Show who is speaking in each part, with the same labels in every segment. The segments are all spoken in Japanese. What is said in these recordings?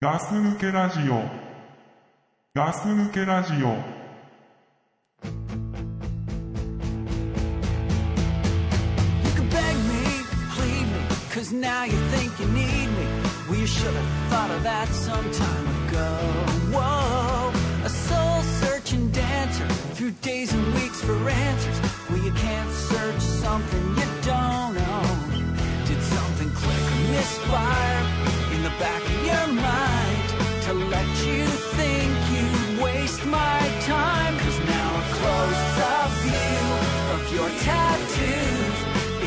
Speaker 1: ガス抜けラジオ。ガス抜けラジオ。
Speaker 2: You can beg me, plead me, cause now you think you need me. We should have thought of that some time ago. Whoa, a soul searching dancer through days and weeks for answers. Well, you can't search something you don't know. Did something click or misfire in the back of your mind to let you think you'd waste my time? Cause now a close up view of your tattoos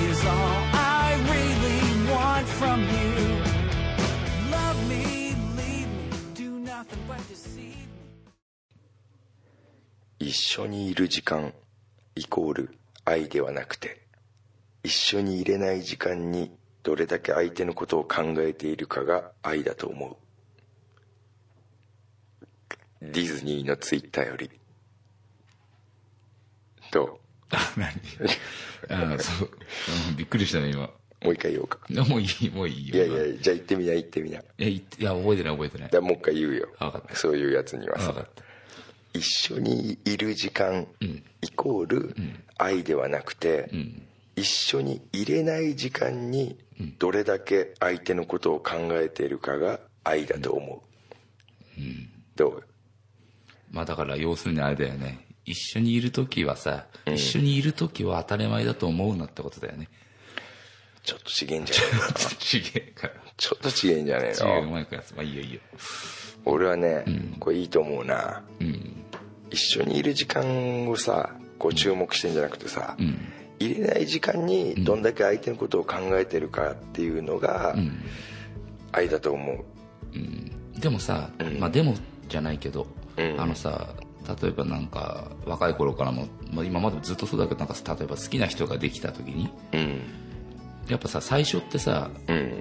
Speaker 2: is all I really want from you. Love me, leave me, do nothing but deceive me.
Speaker 3: 一緒にいる時間イコール愛ではなくて一緒にいれない時間にどれだけ相手のことを考えているかが愛だと思うディズニーのツイッターよりど
Speaker 4: 何ああ、そう。うんびっくりしたね、今。
Speaker 3: うもう一回言おうか
Speaker 4: いやもういい、もういいよ。
Speaker 3: いやいやじゃあ言ってみな言ってみな
Speaker 4: えいいや、覚えてない覚えてない
Speaker 3: じゃ。あもう一回言うよ
Speaker 4: わかった
Speaker 3: そういうやつには
Speaker 4: あ
Speaker 3: さ
Speaker 4: わかった。
Speaker 3: 一緒にいる時間、イコール愛ではなくて、一緒にいれない時間にどれだけ相手のことを考えているかが愛だと思う、どう
Speaker 4: まあだから、要するにあれだよね。一緒にいるときはさ、一緒にいるときは当たり前だと思うなってことだよね。
Speaker 3: ちょっとちげんじゃ ねえの
Speaker 4: ちげえから。
Speaker 3: ちょっとちげんじゃね
Speaker 4: ち
Speaker 3: え
Speaker 4: げえ、う
Speaker 3: の
Speaker 4: まいから。まあいいよいいよ。
Speaker 3: 俺はね、これいいと思うな、一緒にいる時間をさこう注目してんじゃなくてさ、入れない時間にどんだけ相手のことを考えてるかっていうのが愛だと思う
Speaker 4: でもさ、まあでもじゃないけど、
Speaker 3: うん
Speaker 4: あのさ例えばなんか若い頃からの、まあ、今までもずっとそうだけどなんか例えば好きな人ができた時に
Speaker 3: うん
Speaker 4: やっぱさ最初ってさ
Speaker 3: うん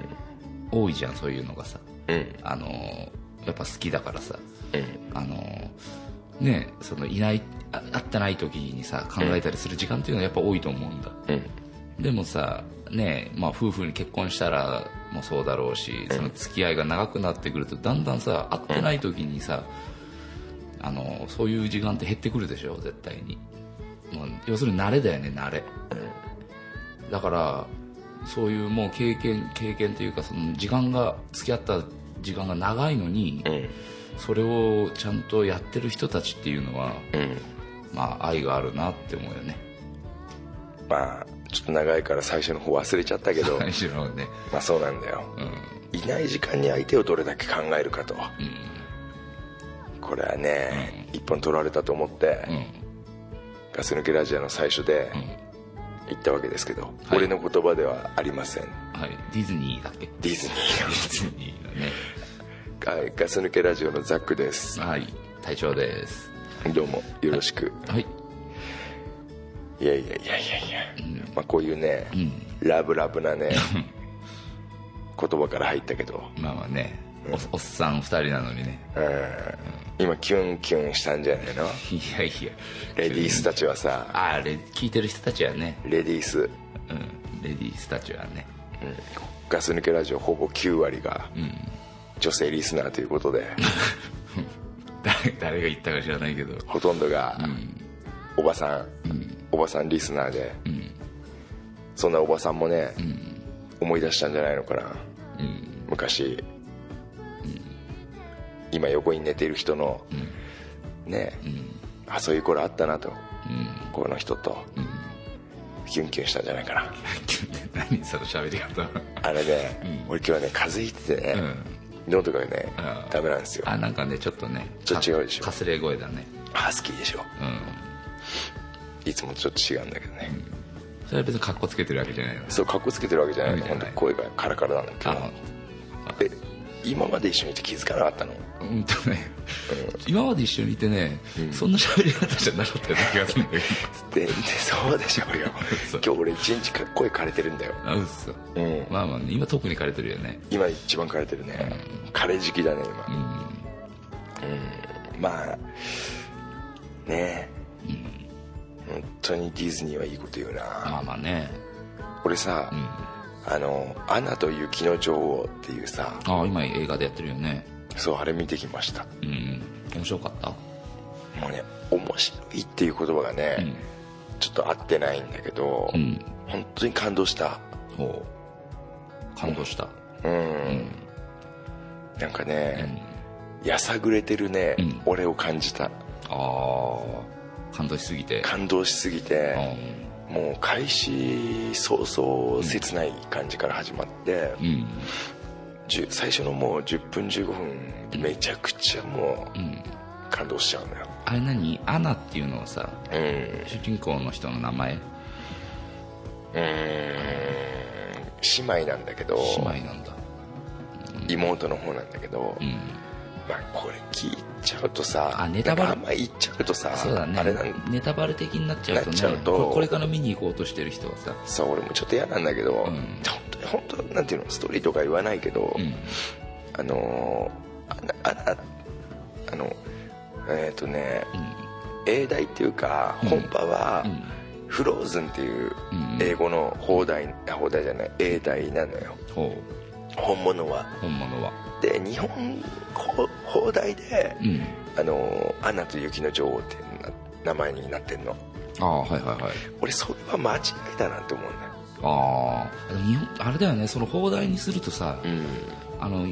Speaker 4: 多いじゃんそういうのがさ
Speaker 3: うん
Speaker 4: あのーやっぱ好きだからさ
Speaker 3: うん
Speaker 4: あのーねそのいないあ会ってない時にさ考えたりする時間っていうのはやっぱ多いと思うんだ
Speaker 3: うん
Speaker 4: でもさねまあ、夫婦に結婚したらもそうだろうしその付き合いが長くなってくるとだんだんさ会ってない時にさ、あのそういう時間って減ってくるでしょ絶対に、まあ、要するに慣れだよね慣れ、だからそういうもう経験経験というかその時間が付き合った時間が長いのに、
Speaker 3: ん
Speaker 4: それをちゃんとやってる人たちっていうのは、
Speaker 3: うん
Speaker 4: まあ愛があるなって思うよね
Speaker 3: まあちょっと長いから最初の方忘れちゃったけ ど
Speaker 4: 何しろね
Speaker 3: まあそうなんだよ
Speaker 4: うん
Speaker 3: いない時間に相手をどれだけ考えるかと、これはね、一本取られたと思って、ガス抜けラジオの最初で言ったわけですけど、
Speaker 4: はい
Speaker 3: 俺の言葉ではありません
Speaker 4: はい、ディズニーだっけ
Speaker 3: ディズニ
Speaker 4: ディズニーだね
Speaker 3: ーはいガス抜けラジオのザックです
Speaker 4: はい隊長です
Speaker 3: どうもよろしく、
Speaker 4: はい
Speaker 3: い、やいやいやいやいや、まあ、こういうね、ラブラブな ね言葉から入ったけど、
Speaker 4: まあまあねおおっさん2人なのにね
Speaker 3: うん今キュンキュンしたんじゃないの
Speaker 4: いやいや
Speaker 3: レディースたちはさ
Speaker 4: ああれ聞いてる人たちはね
Speaker 3: レディース
Speaker 4: うんレディースたちはね
Speaker 3: ガス抜けラジオほぼ9割が女性リスナーということで、
Speaker 4: 誰誰が言ったか知らないけど
Speaker 3: ほとんどがおばさん、おばさんリスナーで、そんなおばさんもね、思い出したんじゃないのかな、昔、今横に寝ている人の、ねえ、あそういう頃あったなと、この人と、キュンキュンしたんじゃないかな
Speaker 4: 何その喋り 方
Speaker 3: あれね、俺今日はね風邪ひいててね、喉がね、
Speaker 4: うん
Speaker 3: ダメなんですよ
Speaker 4: あなんかねちょっとね
Speaker 3: ちょっと違うでしょ
Speaker 4: かかすれ声だね
Speaker 3: ハスキーでしょ
Speaker 4: うん
Speaker 3: いつもとちょっと違うんだけどね、
Speaker 4: それは別に格好つけてるわけじゃないの
Speaker 3: そうかっこつけてるわけじゃないの
Speaker 4: うん
Speaker 3: 本当に声がカラカラなんだけど
Speaker 4: あ
Speaker 3: え今まで一緒にいて気づかなかったの
Speaker 4: のうんとね今まで一緒にいてね、そんな喋り方じゃなかったような気がするんだけど
Speaker 3: 全然そうでしょうよ
Speaker 4: そう
Speaker 3: 今日俺一日か声枯れてるんだよ
Speaker 4: あうっそ、
Speaker 3: うん
Speaker 4: まあまあね今特に枯れてるよね
Speaker 3: 今一番枯れてるね枯れ時期だね今うんまあねえ本当にディズニーはいいこと言う
Speaker 4: ま
Speaker 3: な
Speaker 4: あまあね
Speaker 3: 俺さあの「アナと雪の女王」っていうさ
Speaker 4: ああ今映画でやってるよね
Speaker 3: そうあれ見てきました
Speaker 4: うん面白かった
Speaker 3: もうね面白いっていう言葉がね、
Speaker 4: うん
Speaker 3: ちょっと合ってないんだけど、
Speaker 4: うん
Speaker 3: 本当に感動した
Speaker 4: ほう感動した
Speaker 3: うん、
Speaker 4: うん
Speaker 3: なんかね、やさぐれてるね、
Speaker 4: うん
Speaker 3: 俺を感じた
Speaker 4: ああ感動しすぎて
Speaker 3: 感動しすぎ
Speaker 4: う
Speaker 3: て、
Speaker 4: ん
Speaker 3: もう開始早々切ない感じから始まって、
Speaker 4: うん
Speaker 3: じゅ最初のもう10分15分めちゃくちゃもう
Speaker 4: うん
Speaker 3: 感動しちゃうのよ
Speaker 4: あれ何アナっていうのはさ
Speaker 3: うん
Speaker 4: 主人公の人の名前
Speaker 3: うーん姉妹なんだけど
Speaker 4: 姉妹なんだ
Speaker 3: 妹の方なんだけど、
Speaker 4: うん
Speaker 3: まあこれ聞いちゃうとさ
Speaker 4: あネタバレ
Speaker 3: なんかあんま言っちゃうとさ
Speaker 4: そうだね
Speaker 3: あれなん
Speaker 4: ネタバレ的になっちゃうとね
Speaker 3: なっちゃうと
Speaker 4: ここれから見に行こうとしてる人はさ
Speaker 3: さ俺もちょっと嫌なんだけど、
Speaker 4: ん
Speaker 3: 本当に本当なんていうのストーリーとか言わないけど、
Speaker 4: うん
Speaker 3: あのーあなあなあのえっ、とね、英題っていうか本場は、
Speaker 4: うん
Speaker 3: フローズンっていう
Speaker 4: うん
Speaker 3: 英語の放題あ放題じゃない英題なのよ
Speaker 4: ほ
Speaker 3: 本物は
Speaker 4: う本物は
Speaker 3: で日本放放題で、
Speaker 4: うん
Speaker 3: あの「アナと雪の女王」ってな名前になってんの
Speaker 4: ああはいはいはい
Speaker 3: 俺それは間違いだなって思うんだよ
Speaker 4: ああ日本あれだよねその放題にするとさ、あの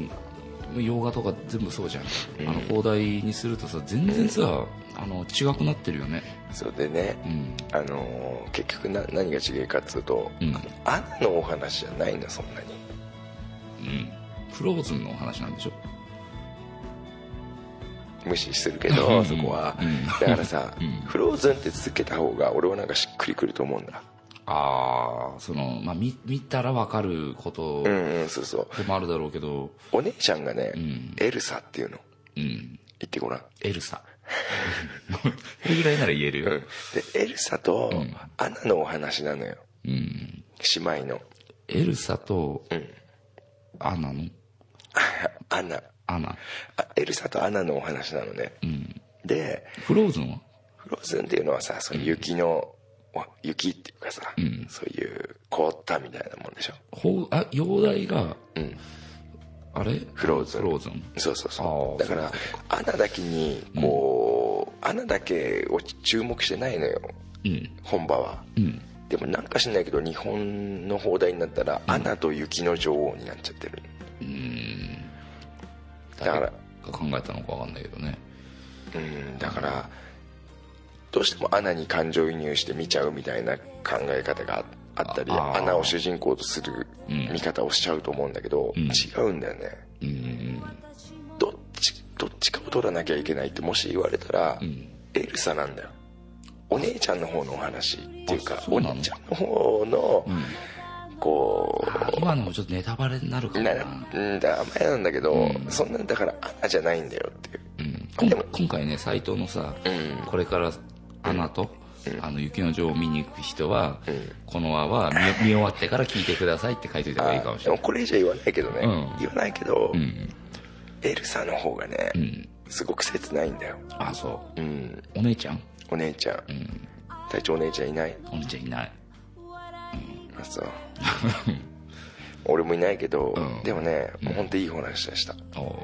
Speaker 4: 洋画とか全部そうじゃん、あの放題にするとさ全然さ、あの違くなってるよね
Speaker 3: それでね、
Speaker 4: うん
Speaker 3: あのー結局な何が違うかっつうと、
Speaker 4: うん
Speaker 3: あのアナのお話じゃないんだそんなに
Speaker 4: うんフローズンのお話なんでしょ
Speaker 3: 無視するけ
Speaker 4: う
Speaker 3: ど
Speaker 4: ん
Speaker 3: そこは、
Speaker 4: うん
Speaker 3: だからさ、
Speaker 4: うん
Speaker 3: フローズンって続けた方が俺はなんかしっくりくると思うんだ
Speaker 4: ああそのまあ見見たらわかること
Speaker 3: う
Speaker 4: で
Speaker 3: んうんそうそう
Speaker 4: もあるだろうけど
Speaker 3: お姉ちゃんがね、
Speaker 4: ん
Speaker 3: エルサっていうの
Speaker 4: うん
Speaker 3: 言ってごらん
Speaker 4: エル サそれぐらいなら言えるよ
Speaker 3: でエルサとアナのお話なのよ
Speaker 4: うん
Speaker 3: 姉妹の
Speaker 4: エルサと
Speaker 3: うん
Speaker 4: アナの
Speaker 3: アナ
Speaker 4: アナ
Speaker 3: あエルサとアナのお話なのね、
Speaker 4: うん
Speaker 3: で
Speaker 4: フローズンは
Speaker 3: フローズンっていうのはさその雪の、お雪っていうかさ、
Speaker 4: ん
Speaker 3: そういう凍ったみたいなもんでしょ
Speaker 4: ほうあ容体が、
Speaker 3: うん
Speaker 4: あれ
Speaker 3: フローズン
Speaker 4: フローズン
Speaker 3: そうそう
Speaker 4: あ
Speaker 3: そ
Speaker 4: ー
Speaker 3: うだから
Speaker 4: そ
Speaker 3: アナだけにこう、アナだけを注目してないのよ
Speaker 4: うん
Speaker 3: 本場は
Speaker 4: うん
Speaker 3: でもなんか知んないけど日本の放題になったら、アナと雪の女王になっちゃってるだから
Speaker 4: 誰が考えたのかわかんないけどね
Speaker 3: うんだからどうしてもアナに感情移入して見ちゃうみたいな考え方がああったり
Speaker 4: あー
Speaker 3: アナを主人公とする
Speaker 4: うん
Speaker 3: 見方をしちゃうと思うんだけど、
Speaker 4: ん
Speaker 3: 違うんだよね
Speaker 4: うん
Speaker 3: どっちどっちかを取らなきゃいけないってもし言われたら、
Speaker 4: ん
Speaker 3: エルサなんだよお姉ちゃんの方のお話っていう
Speaker 4: あ
Speaker 3: か
Speaker 4: そ
Speaker 3: お
Speaker 4: うなの
Speaker 3: 姉ちゃんの方の、こ
Speaker 4: あ
Speaker 3: う
Speaker 4: 今のもちょっとネタバレになるかも
Speaker 3: な
Speaker 4: な
Speaker 3: うんだ甘えなんだけど、そんなんだからアナじゃないんだよっていう
Speaker 4: うん
Speaker 3: で
Speaker 4: 今
Speaker 3: も
Speaker 4: 今回ね斎藤のさ、
Speaker 3: うん
Speaker 4: これからアナと、あの雪の女王を見に行く人は、この輪 は見見終わってから聞いてくださいって書いといた方がいいかもし
Speaker 3: で
Speaker 4: れな
Speaker 3: も
Speaker 4: い
Speaker 3: これ以上言わないけどね、
Speaker 4: うん
Speaker 3: 言わないけど、
Speaker 4: うん
Speaker 3: エルサの方がね、
Speaker 4: うん
Speaker 3: すごく切ないんだよ、
Speaker 4: あそ
Speaker 3: うん、
Speaker 4: うお姉ちゃん
Speaker 3: お姉ちゃん、
Speaker 4: うん
Speaker 3: 隊長お姉ちゃんいない
Speaker 4: お姉ちゃんいない
Speaker 3: あそう 俺もいないけど、
Speaker 4: うん
Speaker 3: でもねもう本当にいい話でした
Speaker 4: おー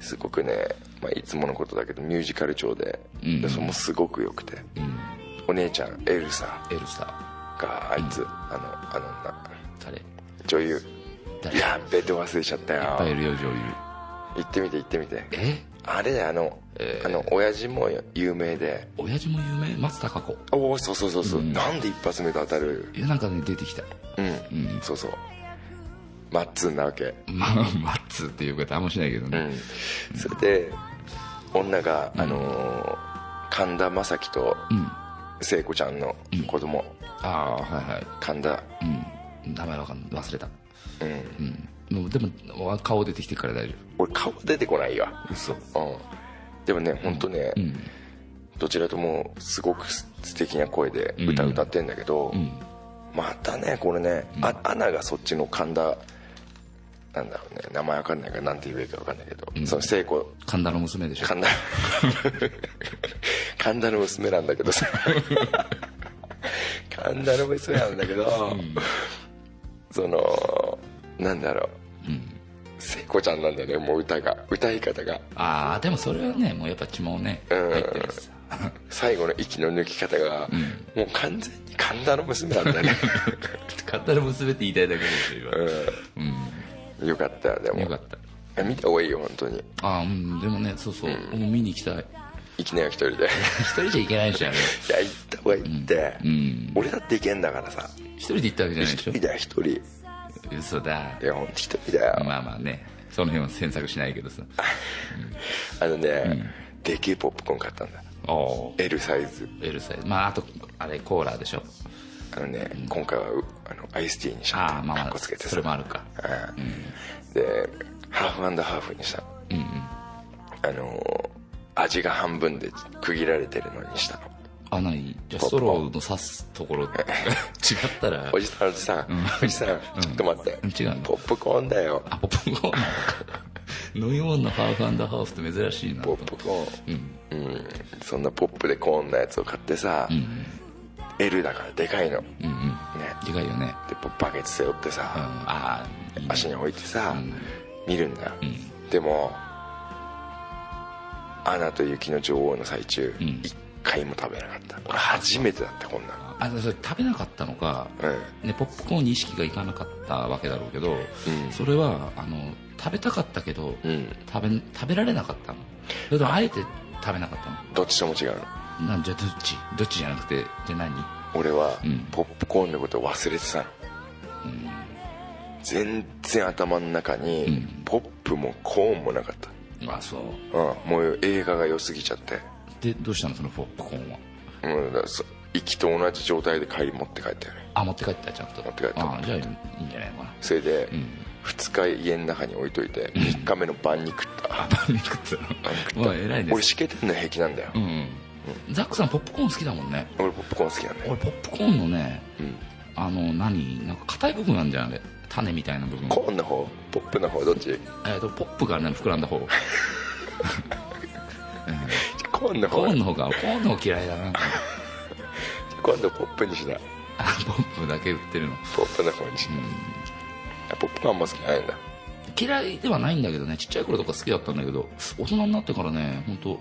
Speaker 3: すごくね、まあ、いつものことだけどミュージカル調で,、
Speaker 4: うん
Speaker 3: でそれもすごく良くて、お姉ちゃんエルサ
Speaker 4: エルサ
Speaker 3: があいつ、あのあのな
Speaker 4: 誰いっ
Speaker 3: 女優
Speaker 4: 誰
Speaker 3: やっべど忘れちゃったよ
Speaker 4: ぱいいるよ女優
Speaker 3: 行ってみて行ってみて
Speaker 4: え
Speaker 3: あれだよあの、あの親父も有名で
Speaker 4: 親父も有名松たか子
Speaker 3: おおそうそうそうそう、なんで一発目で当たる
Speaker 4: いやなんかね出てきた
Speaker 3: うん、
Speaker 4: うん
Speaker 3: そうそうマッツンなわけ
Speaker 4: まあ マッツっていうことあんましないけど
Speaker 3: う
Speaker 4: ね、
Speaker 3: んそれで女が、あのー神田正輝と
Speaker 4: うん、
Speaker 3: 聖子ちゃんの子供、
Speaker 4: ああはいはい
Speaker 3: 神田
Speaker 4: うん名前わかん忘れたうん、もうでもわ顔出てきてるから大丈
Speaker 3: 俺顔出てこないわ
Speaker 4: 夫嘘
Speaker 3: うんでもね本当ね、
Speaker 4: うん
Speaker 3: どちらともすごく素敵な声で歌
Speaker 4: うん
Speaker 3: 歌ってんだけど、
Speaker 4: うん
Speaker 3: またねこれね、あアナがそっちの神田なんだろうね名前わかんないからなんて言えばいいかわかんないけど、その聖子
Speaker 4: 神田の娘でしょ
Speaker 3: 神田 神田の娘なんだけど さ神田の娘なんだけど、そのなんだろう聖子、子ちゃんなんだねもう歌が歌い方が
Speaker 4: ああでもそれはねもうやっぱ血もね入ってるしさ
Speaker 3: 最後の息の抜き方が、もう完全に神田の娘なん だね
Speaker 4: 買ったらもう全て言いたいだけですよ今
Speaker 3: よかったで
Speaker 4: うんよか
Speaker 3: も
Speaker 4: った
Speaker 3: 見た方がいいよ本当に
Speaker 4: ああうんでもねそうそう、もう見に行きたい
Speaker 3: きなり一人 で
Speaker 4: 一人じゃ行けないじゃんあれ
Speaker 3: いや行った方がいいって、
Speaker 4: うん
Speaker 3: 俺だって行けんだからさ
Speaker 4: 一人で行ったわけじゃない
Speaker 3: 一
Speaker 4: でし
Speaker 3: 人だよ一人い
Speaker 4: ょ嘘だ
Speaker 3: や本当一人だよ、
Speaker 4: まあまあねその辺は詮索しないけどさ
Speaker 3: あのね、でけえポップコーン買ったんだ
Speaker 4: おお
Speaker 3: L サイズ
Speaker 4: L サイズまああとあれコーラでしょ
Speaker 3: あのね、今回はうあのアイスティーにしちゃった
Speaker 4: ああまあ
Speaker 3: か
Speaker 4: ま
Speaker 3: っ
Speaker 4: あ
Speaker 3: こつけてさ
Speaker 4: それもあるか
Speaker 3: うんでハーフハーフにした
Speaker 4: うんうん
Speaker 3: あのー味が半分で区切られてるのにしたの
Speaker 4: あ何じゃあストローの刺す ところ違ったら
Speaker 3: おじさんおじさん、おじさんちょっと待って、
Speaker 4: うん違うの
Speaker 3: ポップコーンだよ
Speaker 4: あポップコーンなのか飲み物のハーフハーフって珍しいなと
Speaker 3: ポ
Speaker 4: 思
Speaker 3: ッ
Speaker 4: って
Speaker 3: プコーンうん、そんなポップでコーンなやつを買ってさ、L だからでかいの、
Speaker 4: うんうんうん
Speaker 3: ね
Speaker 4: でかいよね
Speaker 3: でポバケツ背負って
Speaker 4: うん
Speaker 3: さ、
Speaker 4: ああいいね
Speaker 3: 足に置いてさ、
Speaker 4: ん
Speaker 3: 見るんだよ、でも「アナと雪の女王」の最中、
Speaker 4: ん
Speaker 3: 一回も食べなかった俺初めてだったこんなの
Speaker 4: あそれ食べなかったのか、
Speaker 3: う
Speaker 4: ね、ポップコーンに意識がいかなかったわけだろうけど、
Speaker 3: ん
Speaker 4: それはあの食べたかったけど、
Speaker 3: うん
Speaker 4: 食べ食べられなかったのそれともあえて食べなかったの
Speaker 3: どっちとも違うの
Speaker 4: なんじゃどっちどっちじゃなくてじゃあ何
Speaker 3: 俺は
Speaker 4: うん
Speaker 3: ポップコーンのことを忘れてたの、全然頭の中にポップもコーンもなかった、
Speaker 4: あそう
Speaker 3: うん、もう映画が良すぎちゃって
Speaker 4: でどうしたのそのポップコーンは
Speaker 3: うんだからそ行きと同じ状態で帰り持って帰ったよね
Speaker 4: あ持って帰ったちゃんと
Speaker 3: 持って帰った
Speaker 4: あじゃあいいいいんじゃないのかな
Speaker 3: それで
Speaker 4: ん
Speaker 3: 2日家の中に置いといて3日目の晩に食 った、
Speaker 4: パニックってのまあ偉いで
Speaker 3: 俺
Speaker 4: す
Speaker 3: しけてんの平気なんだよ、
Speaker 4: うんうんザックさんポップコーン好きだもんね
Speaker 3: 俺ポップコーン好きなんだ
Speaker 4: 俺
Speaker 3: よ、
Speaker 4: ポップコーンのね
Speaker 3: うん、
Speaker 4: あの何なんか硬い部分なんじゃんあれ種みたいな部分
Speaker 3: コーンの方ポップの方どっち
Speaker 4: えーとポップがね膨らんだ 方
Speaker 3: コーンの方
Speaker 4: コーンの方がコーンの方嫌いだな
Speaker 3: 今度ポップにしな
Speaker 4: あポップだけ売ってるの
Speaker 3: ポップの方にしな、あポップコーンあんま好きじゃないんだ
Speaker 4: 嫌いではないんだけどねちっちゃい頃とか好きだったんだけど大人になってからね本当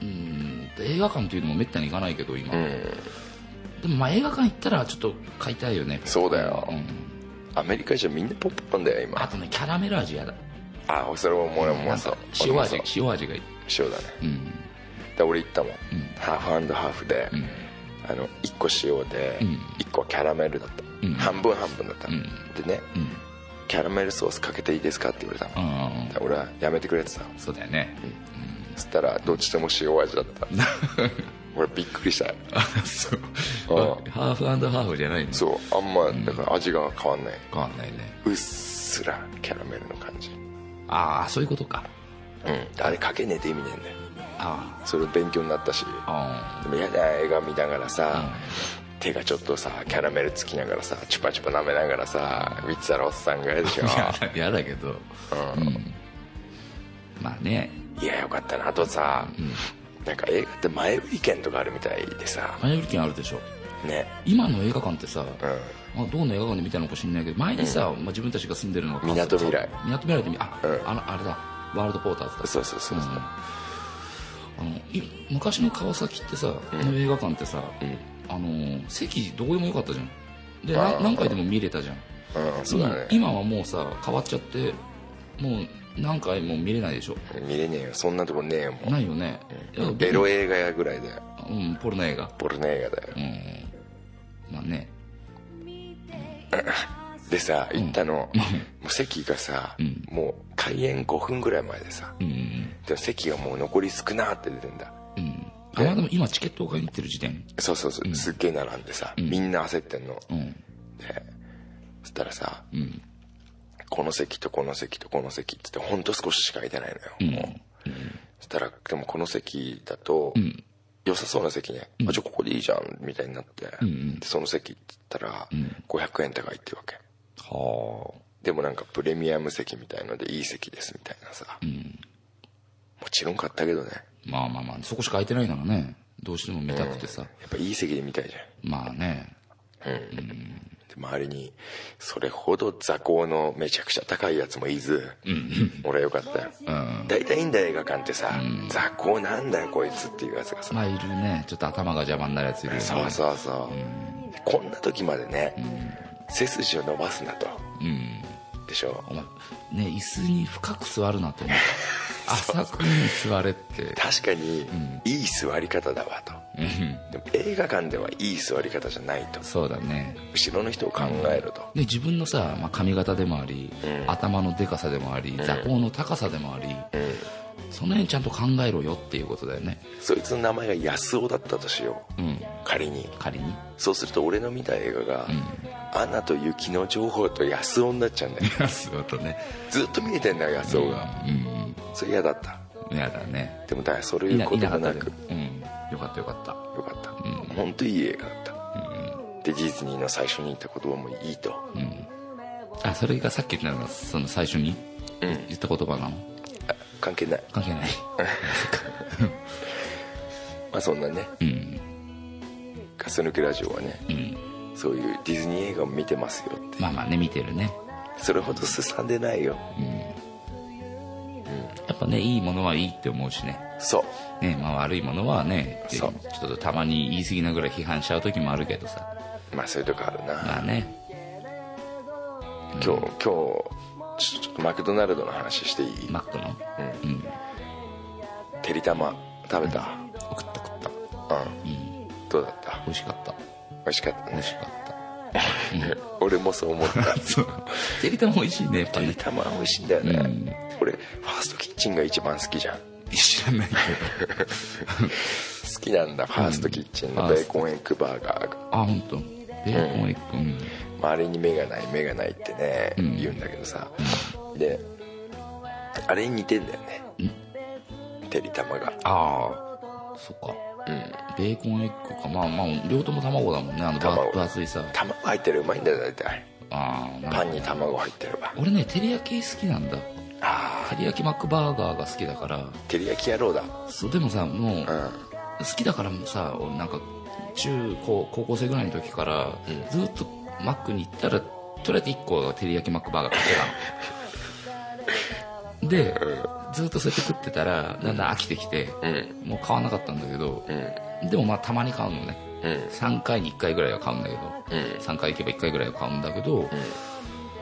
Speaker 4: うん映画館というのもめったに行かないけど今、
Speaker 3: うん
Speaker 4: でもまあ映画館行ったらちょっと買いたいよね
Speaker 3: そうだよ
Speaker 4: ん
Speaker 3: アメリカ人みんなポップコーンだよ今
Speaker 4: あとねキャラメル味やだ
Speaker 3: あそれも俺も
Speaker 4: な
Speaker 3: うんそう
Speaker 4: か塩
Speaker 3: 俺
Speaker 4: 味
Speaker 3: も
Speaker 4: 塩味がいい
Speaker 3: そう塩だね
Speaker 4: うん
Speaker 3: で俺行ったもん、ハーフハーフで、
Speaker 4: ん
Speaker 3: あの1個塩で、
Speaker 4: ん
Speaker 3: 1個はキャラメルだった、
Speaker 4: ん
Speaker 3: 半分半分だった、
Speaker 4: ん
Speaker 3: でね、
Speaker 4: うん
Speaker 3: キャラメルソースかけていいですかって言われた
Speaker 4: う
Speaker 3: の、
Speaker 4: ん
Speaker 3: で俺はやめてくれってさ
Speaker 4: そうだよね、
Speaker 3: そしたらどっちとも塩味だった 俺びっくりした
Speaker 4: あ そう
Speaker 3: あ
Speaker 4: あハーフハーフじゃないの
Speaker 3: そうあんまだから味が変わんない、
Speaker 4: 変わんないね
Speaker 3: うっすらキャラメルの感じ
Speaker 4: ああそういうことか
Speaker 3: うんあれかけねえって意味ねえんだよ
Speaker 4: あ
Speaker 3: それ勉強になったし
Speaker 4: あ
Speaker 3: で
Speaker 4: あ
Speaker 3: も嫌だ映画見ながらさ、手がちょっとさキャラメルつきながらさチュパチュパ舐めながらさ見てたらおっさんが嫌でしょ
Speaker 4: あ嫌だけどうんまあね
Speaker 3: いやよかったなあとさ、なんか映画って前売り券とかあるみたいでさ
Speaker 4: 前売り券あるでしょ
Speaker 3: ね
Speaker 4: 今の映画館ってさ、
Speaker 3: う
Speaker 4: まあ、どうの映画館で見たのか知んないけど前にさ、まあ、自分たちが住んでるのが
Speaker 3: みなとみらい
Speaker 4: みなとみらいで見あ、
Speaker 3: うん
Speaker 4: あのあれだワールドポーターズだ
Speaker 3: んそうそうそうそう、
Speaker 4: うんあのい昔の川崎ってさ、の映画館ってさ、あの席どこでもよかったじゃんで
Speaker 3: あ
Speaker 4: な
Speaker 3: ー
Speaker 4: 何回でも見れたじゃん
Speaker 3: うんそうだね
Speaker 4: 今はもうさ変わっちゃってもう何回も見れないでしょ
Speaker 3: 見れねえよそんなとこねえよも
Speaker 4: ないよね、いうや
Speaker 3: ベロ映画やぐらいだよ
Speaker 4: うんポルノ映画
Speaker 3: ポルノ映画だよ
Speaker 4: うんまあね
Speaker 3: でさ行ったの、もう席がさ、もう開演5分ぐらい前でさ、
Speaker 4: うん
Speaker 3: でも席がもう残り少なーって出てんだ
Speaker 4: うんあまあでも今チケットを買いに行ってる時点
Speaker 3: そうそうそう、すっげえ並んでさ、みんな焦ってんの、
Speaker 4: うん
Speaker 3: でそしたらさ、
Speaker 4: ん
Speaker 3: この席とこの席とこの席っつってほんと少ししか空いてないのよ、もうそしたらでもこの席だと、良さそうな席ね、あじゃあここでいいじゃんみたいになって、でその席っつったら、500円高いってわけ
Speaker 4: は
Speaker 3: でもなんかプレミアム席みたいのでいい席ですみたいなさ、もちろん買ったけどね
Speaker 4: あまあまあまあそこしか空いてないならねどうしても見たくてさ、
Speaker 3: やっぱいい席で見たいじゃん
Speaker 4: まあね
Speaker 3: で周りにそれほど座高のめちゃくちゃ高いやつもいず、俺はよかったよ
Speaker 4: うん
Speaker 3: 大体いいんだよ映画館ってさ、雑魚なんだよこいつっていうやつがさ、
Speaker 4: まあいるねちょっと頭が邪魔になるやついるよね
Speaker 3: そうそうそう、こんな時までね、背筋を伸ばすなと
Speaker 4: うん
Speaker 3: でしょ
Speaker 4: お前ね椅子に深く座るなと思う 浅くに座れって
Speaker 3: 確かに、いい座り方だわと
Speaker 4: うん
Speaker 3: でも映画館ではいい座り方じゃないと
Speaker 4: そうだね
Speaker 3: 後ろの人を考えろと、
Speaker 4: で自分のさ、まあ、髪型でもあり、頭のでかさでもあり、座高の高さでもあり、その辺ちゃんと考えろよっていうことだよね
Speaker 3: そいつの名前が安尾だったとしよう、
Speaker 4: うん
Speaker 3: 仮に
Speaker 4: 仮に
Speaker 3: そうすると俺の見た映画が「アナと雪の情報」と安尾になっちゃうんだ よ
Speaker 4: そうだね
Speaker 3: ずっと見えてんだよ安尾が、
Speaker 4: うん
Speaker 3: それ嫌だった
Speaker 4: うんやだね
Speaker 3: でもだからそれ
Speaker 4: い
Speaker 3: いう
Speaker 4: な
Speaker 3: こ
Speaker 4: い
Speaker 3: と
Speaker 4: なか
Speaker 3: も
Speaker 4: っ
Speaker 3: な
Speaker 4: たで
Speaker 3: く
Speaker 4: もうんよかったよかった
Speaker 3: よかった、本当いい映画だった、でディズニーの最初に言った言葉もいいと、
Speaker 4: あそれがさっき言ったのがその最初に言った言葉なの、
Speaker 3: あ関係ない、
Speaker 4: 関係 ない
Speaker 3: まあ、そんなね
Speaker 4: うん
Speaker 3: ガス抜けラジオはね
Speaker 4: うん
Speaker 3: そういうディズニー映画を見てますよって
Speaker 4: まあまあね見てるね
Speaker 3: それほどすさんでないよ
Speaker 4: やっぱねいいものはいいって思うしね
Speaker 3: そう
Speaker 4: ねまあ悪いものはねってち
Speaker 3: そ
Speaker 4: ょ
Speaker 3: う
Speaker 4: っとたまに言い過ぎなぐらい批判しちゃう時もあるけどさ
Speaker 3: まあそういうとこあるな、
Speaker 4: まあね
Speaker 3: 今日今日ちょっとマクドナルドの話していい、
Speaker 4: マックの
Speaker 3: うんてりたま食べた
Speaker 4: 食った食った
Speaker 3: うん、どうだった
Speaker 4: 美味しかった
Speaker 3: 美味しかった
Speaker 4: 美
Speaker 3: ね
Speaker 4: 味しかった
Speaker 3: 俺も そう思った
Speaker 4: そうてりたま美味しいねやっぱ
Speaker 3: てり
Speaker 4: ね
Speaker 3: たま美味しいんだよね、
Speaker 4: うん
Speaker 3: 俺ファーストキッチンが一番好き じゃん
Speaker 4: 知らないけど
Speaker 3: 好きなんだファーストキッチンのベーコンエッグバーガーが
Speaker 4: あ本当。ベーコンエッグうん
Speaker 3: 周りに目がない目がないってね、
Speaker 4: ん
Speaker 3: 言うんだけどさ、であれに似てんだよね、てりたまが
Speaker 4: ああそっかベーコンエッグかまあまあ両方とも卵だもんねあの
Speaker 3: 卵
Speaker 4: 分分厚いさ
Speaker 3: 卵入ってるうまいんだよ大体
Speaker 4: ああなる
Speaker 3: パ
Speaker 4: ほ
Speaker 3: ン
Speaker 4: ど
Speaker 3: に卵入ってれば
Speaker 4: 俺ね照り焼き好きなんだ
Speaker 3: ああ
Speaker 4: 照り焼きマックバーガーが好きだから
Speaker 3: てり焼き野郎だ
Speaker 4: そうでもさもう
Speaker 3: う
Speaker 4: 好きだからもうさ俺なんか中高高校生ぐらいの時から、ずっとマックに行ったらとりあえず1個照り焼きマックバーガー買ってたので、ずっとそうやって食ってたらだんだん飽きてきて、
Speaker 3: んうん
Speaker 4: もう買わなかったんだけど、
Speaker 3: うん
Speaker 4: でもまあたまに買うのね
Speaker 3: うん
Speaker 4: 3回に1回ぐらいは買うんだけど
Speaker 3: うん
Speaker 4: 3回行けば1回ぐらいは買うんだけど、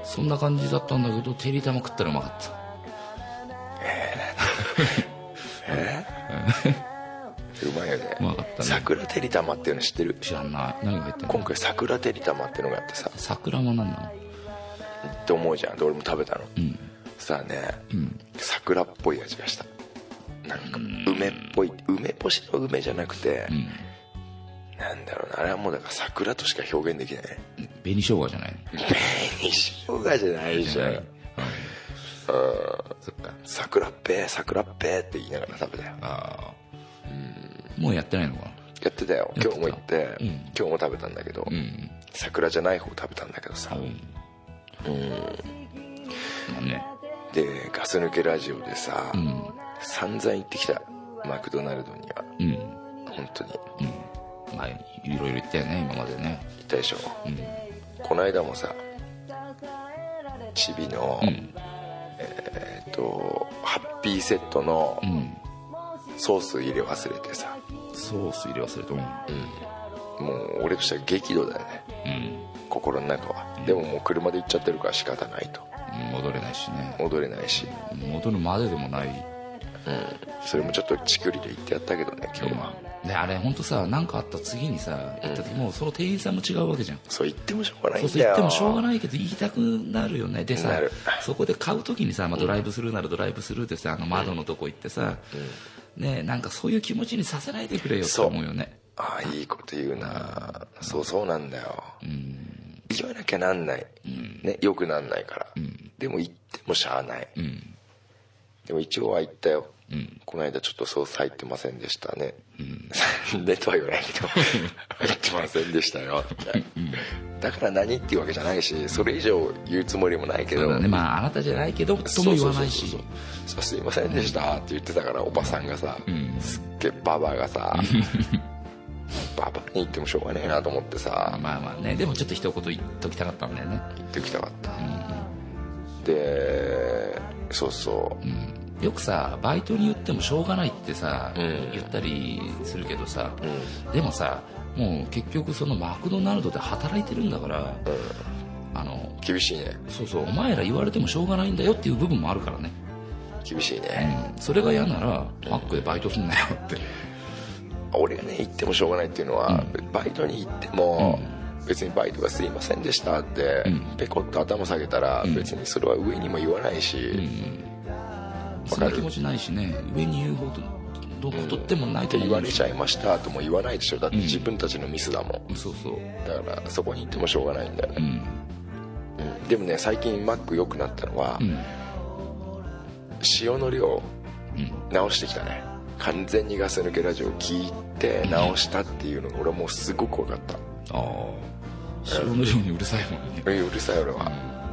Speaker 4: そんな感じだったんだけどてりたま食ったらうまかった
Speaker 3: うまいよね
Speaker 4: うまかったね
Speaker 3: 桜てりたまっていうの知ってる
Speaker 4: 知らない何が入ってる
Speaker 3: 今
Speaker 4: の
Speaker 3: 回桜てりたまっていうのがあってさ
Speaker 4: 桜は何なの
Speaker 3: って思うじゃんで俺も食べたの、
Speaker 4: ん
Speaker 3: そしたらね、
Speaker 4: ん
Speaker 3: 桜っぽい味がしたなんか梅っぽい梅干しの梅じゃなくて、
Speaker 4: うん
Speaker 3: なんだろうなあれはもうだから桜としか表現できない
Speaker 4: 紅生姜じゃないの
Speaker 3: 紅しょうがじゃないじゃん、
Speaker 4: そっか
Speaker 3: 桜っぺ桜っぺって言いながら食べたよ
Speaker 4: ああもうやってないのかな
Speaker 3: やってたよ今日も行って、
Speaker 4: うん
Speaker 3: 今日も食べたんだけど、
Speaker 4: うん
Speaker 3: 桜じゃない方食べたんだけどさ、
Speaker 4: うんまあね
Speaker 3: でガス抜けラジオでさ、
Speaker 4: うん
Speaker 3: 散々行ってきたマクドナルドには
Speaker 4: うん
Speaker 3: 本当に
Speaker 4: まあいろいろ言ったよね今までね
Speaker 3: 行ったでしょ、この間もさチビの、
Speaker 4: うん
Speaker 3: えっとハッピーセットの
Speaker 4: うん
Speaker 3: ソース入れ忘れてさ、
Speaker 4: ソース入れ忘れても
Speaker 3: もう俺としては激怒だよね
Speaker 4: うん
Speaker 3: 心の中はでももう車で行っちゃってるから仕方ないと
Speaker 4: うん戻れないしね
Speaker 3: 戻れないし
Speaker 4: 戻るまででもない
Speaker 3: それもちょっとチクリで行ってやったけどね今日は、
Speaker 4: であれ本当さ何かあった次にさ行った時もうその店員さんも違うわけじゃん
Speaker 3: そう言ってもしょうがないん
Speaker 4: そう
Speaker 3: だよ
Speaker 4: そう言ってもしょうがないけど言いたくなるよねでさ
Speaker 3: なる
Speaker 4: そこで買う時にさ、まあ、ドライブスルーならドライブスルーでさあの窓のとこ行ってさ、ねえなんかそういう気持ちにさせないでくれよって
Speaker 3: そう
Speaker 4: 思うよね
Speaker 3: ああいいこと言うなそうそうなんだよ言わなきゃなんない、ねよくなんないから、でも言ってもしゃあない、
Speaker 4: ん
Speaker 3: でも一応は言ったよ、この間ちょっとソース入ってませんでしたね、でとは言わないけど入ってませんでしたよってだから何っていうわけじゃないしそれ以上言うつもりもないけ
Speaker 4: そう
Speaker 3: ど
Speaker 4: だねまああなたじゃないけどとも言わないし
Speaker 3: そうそうそうそうすいませんで したって言ってたからおばさんがさ、すっげえババアがさババに言ってもしょうがねえなと思って
Speaker 4: あ
Speaker 3: さ
Speaker 4: まあまあねでもちょっと一言言っときたかったんだよね
Speaker 3: 言っておきたかった、でそうそう
Speaker 4: うんよくさバイトに言ってもしょうがないってさ、
Speaker 3: うん
Speaker 4: 言ったりするけどさ、
Speaker 3: うん
Speaker 4: でもさもう結局そのマクドナルドで働いてるんだから、あの
Speaker 3: 厳しいね
Speaker 4: そうそうお前ら言われてもしょうがないんだよっていう部分もあるからね、
Speaker 3: 厳しいね、
Speaker 4: うん、それが嫌ならマックでバイトすんなよって
Speaker 3: 俺がね行ってもしょうがないっていうのは、バイトに行っても、別にバイトがすいませんでしたって、ペコッと頭下げたら、別にそれは上にも言わないし、
Speaker 4: そんな気持ちないしね上に言うほどのことってもない
Speaker 3: って
Speaker 4: と思う
Speaker 3: 言われ
Speaker 4: し
Speaker 3: ちゃいましたとも言わないでしょだって自分たちのミスだもん、
Speaker 4: そうそう
Speaker 3: だからそこに行ってもしょうがないんだよ
Speaker 4: う
Speaker 3: ね、
Speaker 4: ん
Speaker 3: うんでもね最近マック良くなったのは、
Speaker 4: うん
Speaker 3: 塩の量
Speaker 4: うん
Speaker 3: 直してきたね完全にガス抜けラジオ聞いて直したっていうのが俺はもうすごく分かった
Speaker 4: ああ塩の量にうるさいもんね
Speaker 3: うるさい俺は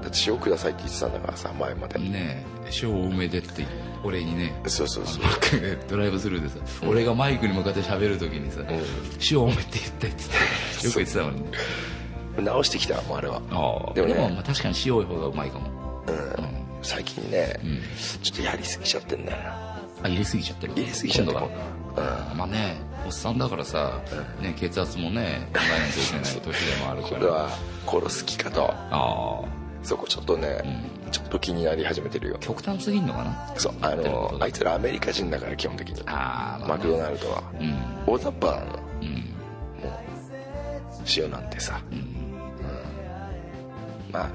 Speaker 3: だって塩くださいって言ってたんだからさ前まで、
Speaker 4: ねえ塩多めでって俺にね
Speaker 3: そうそうそう
Speaker 4: マックで ドライブスルーでさ、俺がマイクに向かって喋るときにさ、塩多めって言ってっつってよく言ってたのにね
Speaker 3: 直してきたもうあれは
Speaker 4: ああ
Speaker 3: で
Speaker 4: で
Speaker 3: も
Speaker 4: も,、
Speaker 3: ね
Speaker 4: まあ確かに塩多い方がうまいかも
Speaker 3: 最近ね、ちょっとやりすぎちゃってんだよな
Speaker 4: あ入れすぎちゃってる
Speaker 3: 入れすぎちゃってる
Speaker 4: 今度はまあねおっさんだからさ、ね、血圧もね考えなきゃいけない年でもある
Speaker 3: こ
Speaker 4: か
Speaker 3: れ
Speaker 4: ら
Speaker 3: は殺す気かと
Speaker 4: ああ
Speaker 3: そこちょっとね、ちょっと気になり始めてるよ
Speaker 4: 極端すぎんのかな
Speaker 3: そうあ
Speaker 4: ってこ
Speaker 3: の
Speaker 4: とだ
Speaker 3: あいつらアメリカ人だから基本的に
Speaker 4: あーまあね
Speaker 3: マクドナルドは、
Speaker 4: うん
Speaker 3: 大雑把なの
Speaker 4: うん
Speaker 3: 塩なんてさ、うんまあ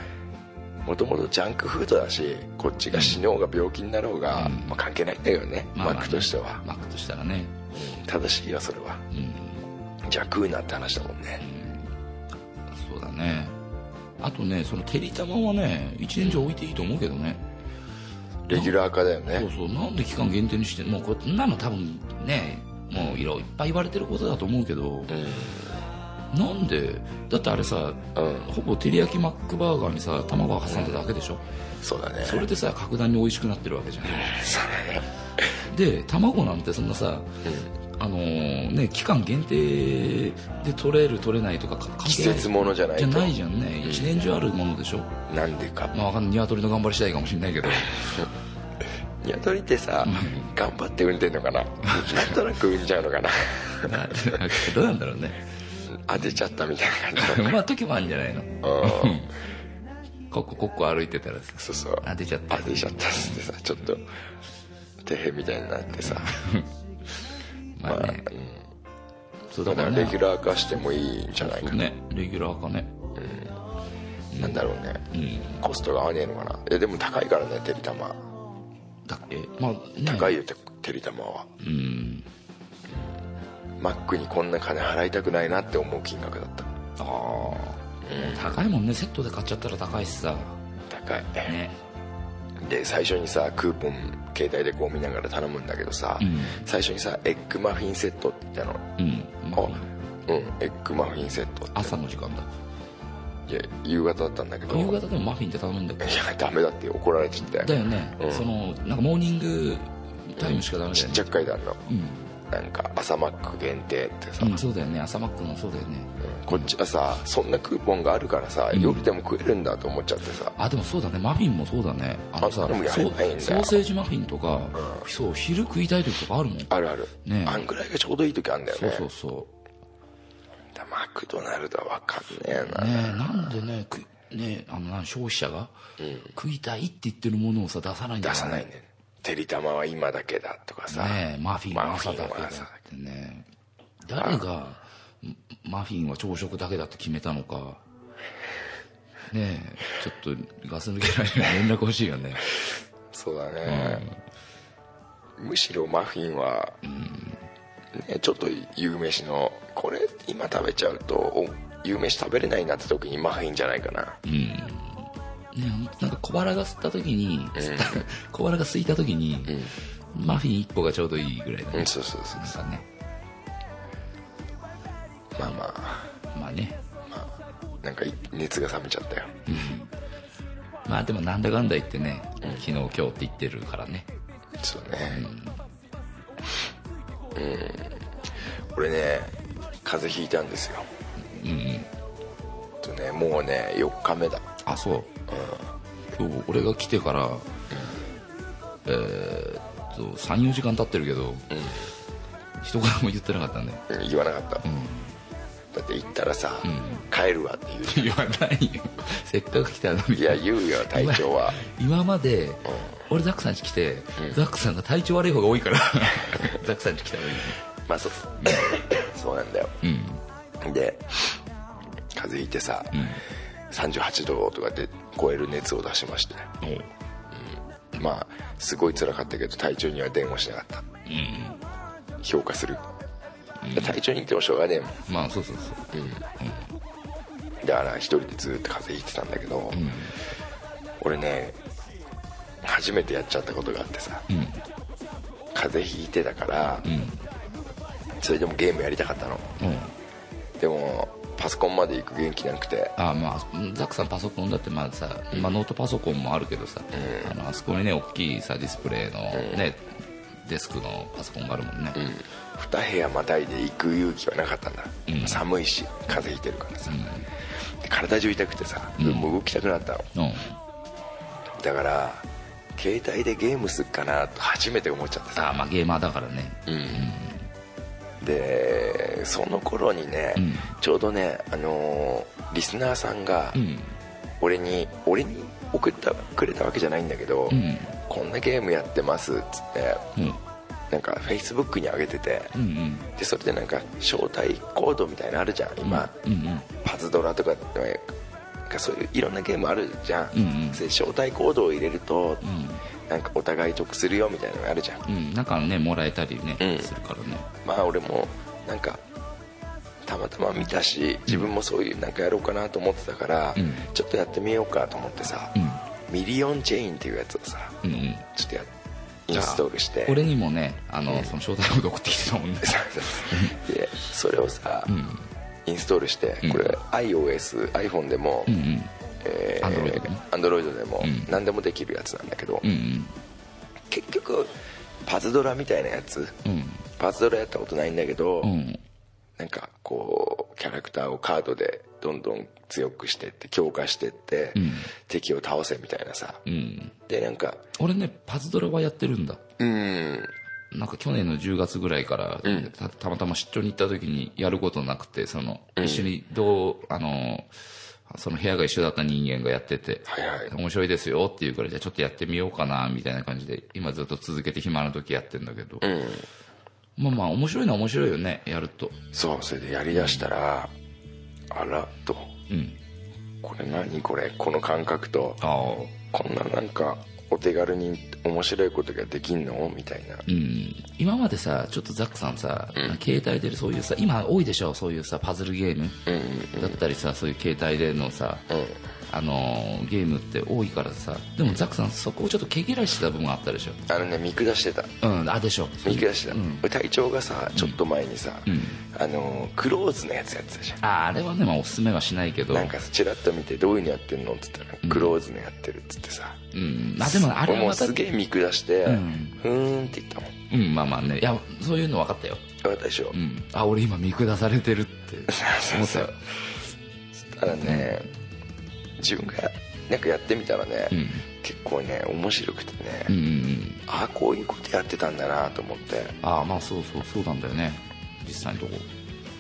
Speaker 3: もともとジャンクフードだしこっちが死のうが病気になろうが、まあ、関係ないんだけどね、
Speaker 4: まあまあね
Speaker 3: マックとしては、
Speaker 4: マックとしたらね
Speaker 3: 正しいよそれは、じゃあ食うなって話だもんね、
Speaker 4: そうだねあとねそのてりたまはね一年中置いていいと思うけどね
Speaker 3: レギュラー化だよ
Speaker 4: そう
Speaker 3: ね
Speaker 4: そうなんで期間限定にしてもうこんなの多分ねもういろいっぱい言われてることだと思うけど、なんでだってあれさ、
Speaker 3: うん
Speaker 4: ほぼ照り焼きマックバーガーにさ卵を挟んだだけでしょ、
Speaker 3: そうだね
Speaker 4: それでさ格段に美味しくなってるわけじゃんで卵なんてそんなさ、あのーね期間限定で取れる取れないとかか関係ない
Speaker 3: 季節ものじゃないと
Speaker 4: じゃないじゃんね一年中あるものでしょ、
Speaker 3: なんでか
Speaker 4: まあわかんない鶏の頑張り次第かもしれないけど
Speaker 3: ニワトリってさ頑張って産んでんのかななんとなく産んじゃうのかな
Speaker 4: な どうなんだろうね
Speaker 3: 当てちゃったみたいな感じ
Speaker 4: まあ時もあるんじゃないの
Speaker 3: うん
Speaker 4: コッココッコ歩いてたらさ
Speaker 3: そうそう
Speaker 4: あ出ちゃった
Speaker 3: 当てちゃったっつってさちょっと底辺みたいになってさ
Speaker 4: まあね、そうだ
Speaker 3: だか
Speaker 4: か
Speaker 3: らら
Speaker 4: ね
Speaker 3: レギュラー化してもいいんじゃないかな、
Speaker 4: ねレギュラーかね
Speaker 3: なんだろうね、コストが合わねえのかないやでも高いからねてりたま
Speaker 4: だっけまあね
Speaker 3: 高いよててりたまは
Speaker 4: うん
Speaker 3: マックにこんな金払いたくないなって思う金額だった
Speaker 4: ああ高いもんねセットで買っちゃったら高いしさ
Speaker 3: 高い、
Speaker 4: ね
Speaker 3: で最初にさクーポン携帯でこう見ながら頼むんだけどさ、
Speaker 4: ん
Speaker 3: 最初にさエッグマフィンセットって言ったの、
Speaker 4: うん
Speaker 3: あうんエッグマフィンセットっ
Speaker 4: 朝の時間だ
Speaker 3: ていや夕方だったんだけど
Speaker 4: 夕方でもマフィンって頼むんだけ
Speaker 3: いやダメだって怒られちゃったよ
Speaker 4: どだよね、
Speaker 3: うん
Speaker 4: そのなんかモーニングタイムしかダメだ
Speaker 3: ち
Speaker 4: よ
Speaker 3: っ
Speaker 4: ね
Speaker 3: ちゃく書いてあるの
Speaker 4: うん
Speaker 3: なんか朝マック限定ってさ、
Speaker 4: うん、そうだよね朝マックのそうだよね
Speaker 3: こっちはさそんなクーポンがあるからさ、夜でも食えるんだと思っちゃってさ
Speaker 4: あでもそうだねマフィンもそうだねあのさ
Speaker 3: あでもや
Speaker 4: そ
Speaker 3: れ
Speaker 4: う
Speaker 3: ばいいんだよ
Speaker 4: ソーセージマフィンとか、そう昼食いたい時とかあるもん
Speaker 3: あるある、
Speaker 4: ねえ
Speaker 3: あんぐらいがちょうどいい時あるんだよ
Speaker 4: そう
Speaker 3: ね
Speaker 4: そうそ
Speaker 3: だマクドナルドはわかんねえ
Speaker 4: う
Speaker 3: な、
Speaker 4: ねえなんでねくねえあのなん消費者が、食いたいって言ってるものをさ出さないんだ
Speaker 3: 出
Speaker 4: よ
Speaker 3: さ
Speaker 4: ね
Speaker 3: ないんだよねてりたまは今だけだとかさ、
Speaker 4: ねえマフィンは朝だ
Speaker 3: マ
Speaker 4: け
Speaker 3: フィンは
Speaker 4: だっ
Speaker 3: 朝だ
Speaker 4: てね誰がんマフィンは朝食だけだって決めたのかねえちょっとガス抜けないように連絡欲しいよね
Speaker 3: そうだね、むしろマフィンは、ね、ちょっと有名飯のこれ今食べちゃうとお有名飯食べれないなって時にマフィンじゃないかな、
Speaker 4: ねえなんか小腹が吸った時に、吸った 小腹が空いた時に、マフィン1個がちょうどいいぐらいだ
Speaker 3: う
Speaker 4: ね
Speaker 3: ん、そうそうそう
Speaker 4: なんかね
Speaker 3: まあまあ
Speaker 4: まあね
Speaker 3: なんかい熱が冷めちゃったよ
Speaker 4: まあでもなんだかんだ言ってね昨日今日って言ってるからね
Speaker 3: そうねうん俺ね風邪ひいたんですようんとねもうね4日目だ
Speaker 4: あそう、今日俺が来てからえーっと34時間経ってるけど、人からも言ってなかったね
Speaker 3: うん言わなかった、だって行ったらさ、帰るわって言うじ
Speaker 4: 言わないよせっかく来たの
Speaker 3: ゃん
Speaker 4: に
Speaker 3: いや言うよ隊長は
Speaker 4: 今まで、俺ザックさんち来て、ザックさんが体調悪い方が多い からザックさんち来たのに
Speaker 3: まあそうそうなんだよ、で風邪ひいてさ、38度とかで超える熱を出しまして、うんまあすごい辛かったけど体調には電話しなかった、評価する、体調に言ってもしょうがねえもん
Speaker 4: まあそうそうそう
Speaker 3: だから一人でずっと風邪ひいてたんだけど、俺ね初めてやっちゃったことがあってさ、風邪ひいてたから、それでもゲームやりたかったの
Speaker 4: うん
Speaker 3: でもパソコンまで行く元気なくて
Speaker 4: あまあザックさんパソコンだってまあさ、まあ、ノートパソコンもあるけどさ、あのあそこにね大きいさディスプレイのね、デスクのパソコンがあるもんね、
Speaker 3: 2部屋またいで行く勇気はなかったんだ、寒いし風邪ひいてるからさ、で体中痛くてさ、もう動きたくなったの
Speaker 4: うん
Speaker 3: だから携帯でゲームすっかなと初めて思っちゃってさ
Speaker 4: あまあゲーマーだからね
Speaker 3: でその頃にね、
Speaker 4: ん
Speaker 3: ちょうどね、あのーリスナーさんが
Speaker 4: うん
Speaker 3: 俺に、俺に送ったくれたわけじゃないんだけど、
Speaker 4: うん
Speaker 3: こんなゲームやってますっつって
Speaker 4: うん
Speaker 3: なんか Facebook に上げてて、
Speaker 4: うんうん
Speaker 3: でそれでなんか招待コードみたいなのあるじゃん今、
Speaker 4: うんうん
Speaker 3: パズドラとかねなんかそういういろんなゲームあるじゃん、
Speaker 4: うんうん
Speaker 3: それ招待コードを入れると、
Speaker 4: ん
Speaker 3: なんかお互い得するよみたいなのがあるじゃん
Speaker 4: うんなんかねもらえたりね、
Speaker 3: うん
Speaker 4: するからね
Speaker 3: まあ俺もなんかたまたま見たし自分もそういうなんかやろうかなと思ってたから、
Speaker 4: うん
Speaker 3: ちょっとやってみようかと思ってさ、ミリオンチェインっていうやつをさ
Speaker 4: うんうん
Speaker 3: ちょっとやインストールして
Speaker 4: 俺にもねあの、その招待コード送ってきてたもんね
Speaker 3: でそれをさ、インストールしてこれ iOSiPhone でも、
Speaker 4: うんうん
Speaker 3: え
Speaker 4: Android でも
Speaker 3: Android でも
Speaker 4: ん
Speaker 3: 何でもできるやつなんだけど、
Speaker 4: うんうん
Speaker 3: 結局パズドラみたいなやつ、
Speaker 4: うん
Speaker 3: パズドラやったことないんだけど、
Speaker 4: うん
Speaker 3: なんかこうキャラクターをカードでどんどん強くしてって強化してって、
Speaker 4: ん
Speaker 3: 敵を倒せみたいなさ、
Speaker 4: うん
Speaker 3: でなんか
Speaker 4: 俺ねパズドラはやってるんだ
Speaker 3: うん
Speaker 4: なんか去年の10月ぐらいから、たたまたま出張に行った時にやることなくてその、一緒にどうあのその部屋が一緒だった人間がやってて、
Speaker 3: はいはい
Speaker 4: 面白いですよっていうからじゃあちょっとやってみようかなみたいな感じで今ずっと続けて暇な時やってんだけど、
Speaker 3: うん
Speaker 4: まあまあ面白いのは面白いよねやると
Speaker 3: そうそれでやりだしたら、あらと
Speaker 4: うん
Speaker 3: これ何これこの感覚と
Speaker 4: ああ
Speaker 3: こんななんかお手軽に面白いことができんのみたいな
Speaker 4: うん今までさちょっとザックさんさ、携帯でそういうさ今多いでしょそういうさパズルゲーム
Speaker 3: うん
Speaker 4: だったりさそういう携帯でのさ、
Speaker 3: うん
Speaker 4: あのーゲームって多いからさでもザックさんそこをちょっと毛嫌いしてた部分があったでしょ
Speaker 3: あのね見下してた
Speaker 4: うんあでしょ
Speaker 3: 見下してた、
Speaker 4: うん
Speaker 3: 隊長がさちょっと前にさ、
Speaker 4: ん
Speaker 3: あのクローズのやつやってたじゃん
Speaker 4: ああれはね、まあ、おすすめはしないけど
Speaker 3: なんかさチラッと見てどういうのやってんのっつったらクローズのやってるっつってさ、
Speaker 4: うんまあでもあれ
Speaker 3: 俺
Speaker 4: は
Speaker 3: も
Speaker 4: また
Speaker 3: すげえ見下して、
Speaker 4: ん
Speaker 3: ふーんって言ったもん
Speaker 4: うんまあまあねいやそういうの分かったよ
Speaker 3: 分かったでしょ、
Speaker 4: うんあ俺今見下されてるって思ったよ
Speaker 3: ただね自分がなんかやってみたらね、
Speaker 4: ん
Speaker 3: 結構ね面白くてね、
Speaker 4: うんうんうん
Speaker 3: ああこういうことやってたんだなと思って
Speaker 4: ああまあそうそうそうなんだよね実際のとこ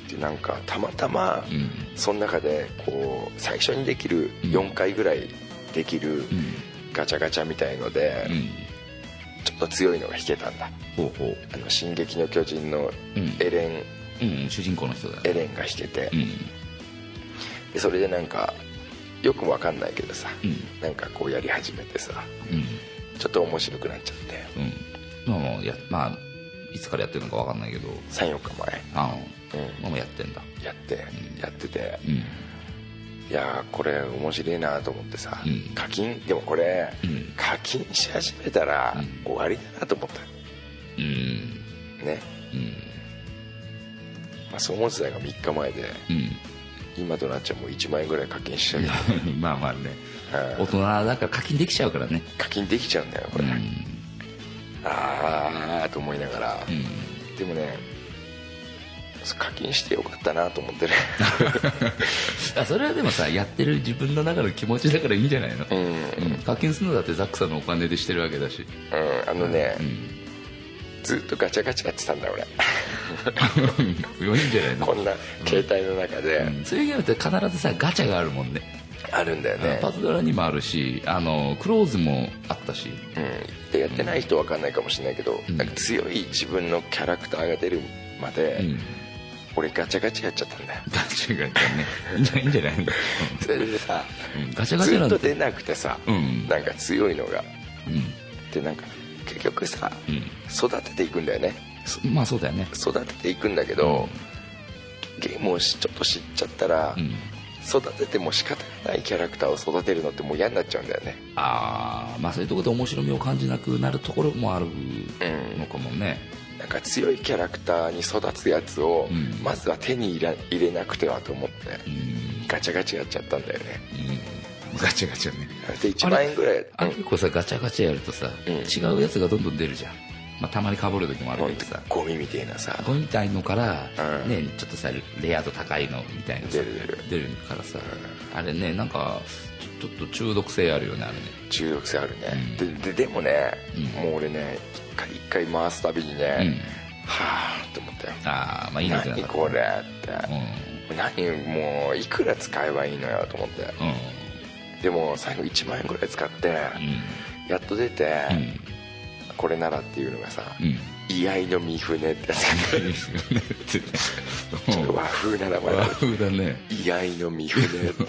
Speaker 3: でなんかたまたま、
Speaker 4: うん
Speaker 3: その中でこう最初にできる4回ぐらいできるガチャガチャみたいので、
Speaker 4: うん
Speaker 3: ちょっと強いのが引けたんだ
Speaker 4: ほうほう
Speaker 3: 「あの進撃の巨人」の
Speaker 4: うん
Speaker 3: エレン、
Speaker 4: うんうん主人公の人だよ
Speaker 3: エレンが弾けて、
Speaker 4: うん
Speaker 3: でそれでなんかよくわかんないけどさ、
Speaker 4: うん
Speaker 3: なんかこうやり始めてさ
Speaker 4: うん
Speaker 3: ちょっと面白くなっちゃって
Speaker 4: うんまあもうやまあいつからやってるのか分かんないけど
Speaker 3: 34日前、
Speaker 4: あ
Speaker 3: う
Speaker 4: のもうやってんだ
Speaker 3: ん、やってやってて
Speaker 4: うん
Speaker 3: いやーこれ面白いなと思ってさ、
Speaker 4: うん
Speaker 3: 課金でもこれ、
Speaker 4: うん
Speaker 3: 課金し始めたら
Speaker 4: うん
Speaker 3: 終わりだなと思っ
Speaker 4: うん
Speaker 3: たね、
Speaker 4: うん
Speaker 3: まあ、そう思ってたのが3日前で今となっちゃもう1万円ぐらい課金しちゃう
Speaker 4: うんまあまあね
Speaker 3: う
Speaker 4: 大人だから課金できちゃうからね
Speaker 3: 課金できちゃうんだよこ
Speaker 4: う
Speaker 3: れ、
Speaker 4: ん
Speaker 3: ああと思いながら、
Speaker 4: うん
Speaker 3: でもね課金してよかったなと思 ってね
Speaker 4: あそれはでもさやってる自分の中の気持ちだからいいんじゃないの、
Speaker 3: うん、うん、
Speaker 4: うん課金するのだってザックさんのお金でしてるわけだし
Speaker 3: あのね、ずっとガチャガチャやってたんだ俺
Speaker 4: いいんじゃない
Speaker 3: こ
Speaker 4: の
Speaker 3: んな携帯の中で
Speaker 4: うんそういうゲームって必ずさガチャがあるもんね
Speaker 3: あるんだよね、
Speaker 4: パズドラにもあるしあのクローズもあったし
Speaker 3: うん、でやってない人は分かんないかもしれないけど、
Speaker 4: うん
Speaker 3: なんか強い自分のキャラクターが出るまで、
Speaker 4: うん
Speaker 3: 俺ガチャガチャやっちゃったんだよ
Speaker 4: ガチャガチャねいいんじゃないいいんじゃない
Speaker 3: それでさ
Speaker 4: うんガチャガチ
Speaker 3: ず
Speaker 4: ャな
Speaker 3: っ
Speaker 4: ん
Speaker 3: と
Speaker 4: て
Speaker 3: 出なくてさ、
Speaker 4: うん
Speaker 3: なんか強いのが
Speaker 4: うん
Speaker 3: でなんか結局さ、
Speaker 4: うん
Speaker 3: 育てていくんだよね
Speaker 4: そまあそうだよね
Speaker 3: 育てていくんだけど、ゲームをしちょっと知っちゃったら、
Speaker 4: うん
Speaker 3: 育てても仕方がないキャラクターを育てるのってもう嫌になっちゃうんだよね
Speaker 4: ああまあそういうところで面白みを感じなくなるところもあるのかもね
Speaker 3: なんか強いキャラクターに育つやつを、
Speaker 4: うん
Speaker 3: まずは手に入れ入れなくてはと思って、
Speaker 4: うん、
Speaker 3: ガチャガチャやっちゃったんだよね
Speaker 4: うんガチャガチャね
Speaker 3: で1万円ぐらい
Speaker 4: あ
Speaker 3: う
Speaker 4: れ
Speaker 3: ん
Speaker 4: 結構さガチャガチャやるとさ、
Speaker 3: うん
Speaker 4: 違うやつがどんどん出るじゃん、まあ、たまにかぶる時もある
Speaker 3: ほ
Speaker 4: け
Speaker 3: ん
Speaker 4: ど
Speaker 3: と
Speaker 4: さ
Speaker 3: ゴミみたいなさ
Speaker 4: ゴミみたいのから、
Speaker 3: うん
Speaker 4: ね、ちょっとさレア度高いのみたいなさ
Speaker 3: 出る出る
Speaker 4: 出るからさ、あれねなんかちょちょっと中毒性あるよねあれね
Speaker 3: 中毒性あるね、
Speaker 4: う
Speaker 3: でででもね、
Speaker 4: うん
Speaker 3: もう俺ね一回一回回すたびにね、はあって思ったよ
Speaker 4: ああまあいいのってな
Speaker 3: 何
Speaker 4: かった
Speaker 3: これって、
Speaker 4: う
Speaker 3: 何もういくら使えばいいのよと思って
Speaker 4: んうん
Speaker 3: でも最後1万円ぐらい使って、やっと出て、
Speaker 4: うん
Speaker 3: これならっていうのがさ
Speaker 4: うんうん
Speaker 3: 「居合の三船」ってやつ がねちょっと和風な名前
Speaker 4: 和
Speaker 3: だ
Speaker 4: 風 だね
Speaker 3: 居合の三船っていう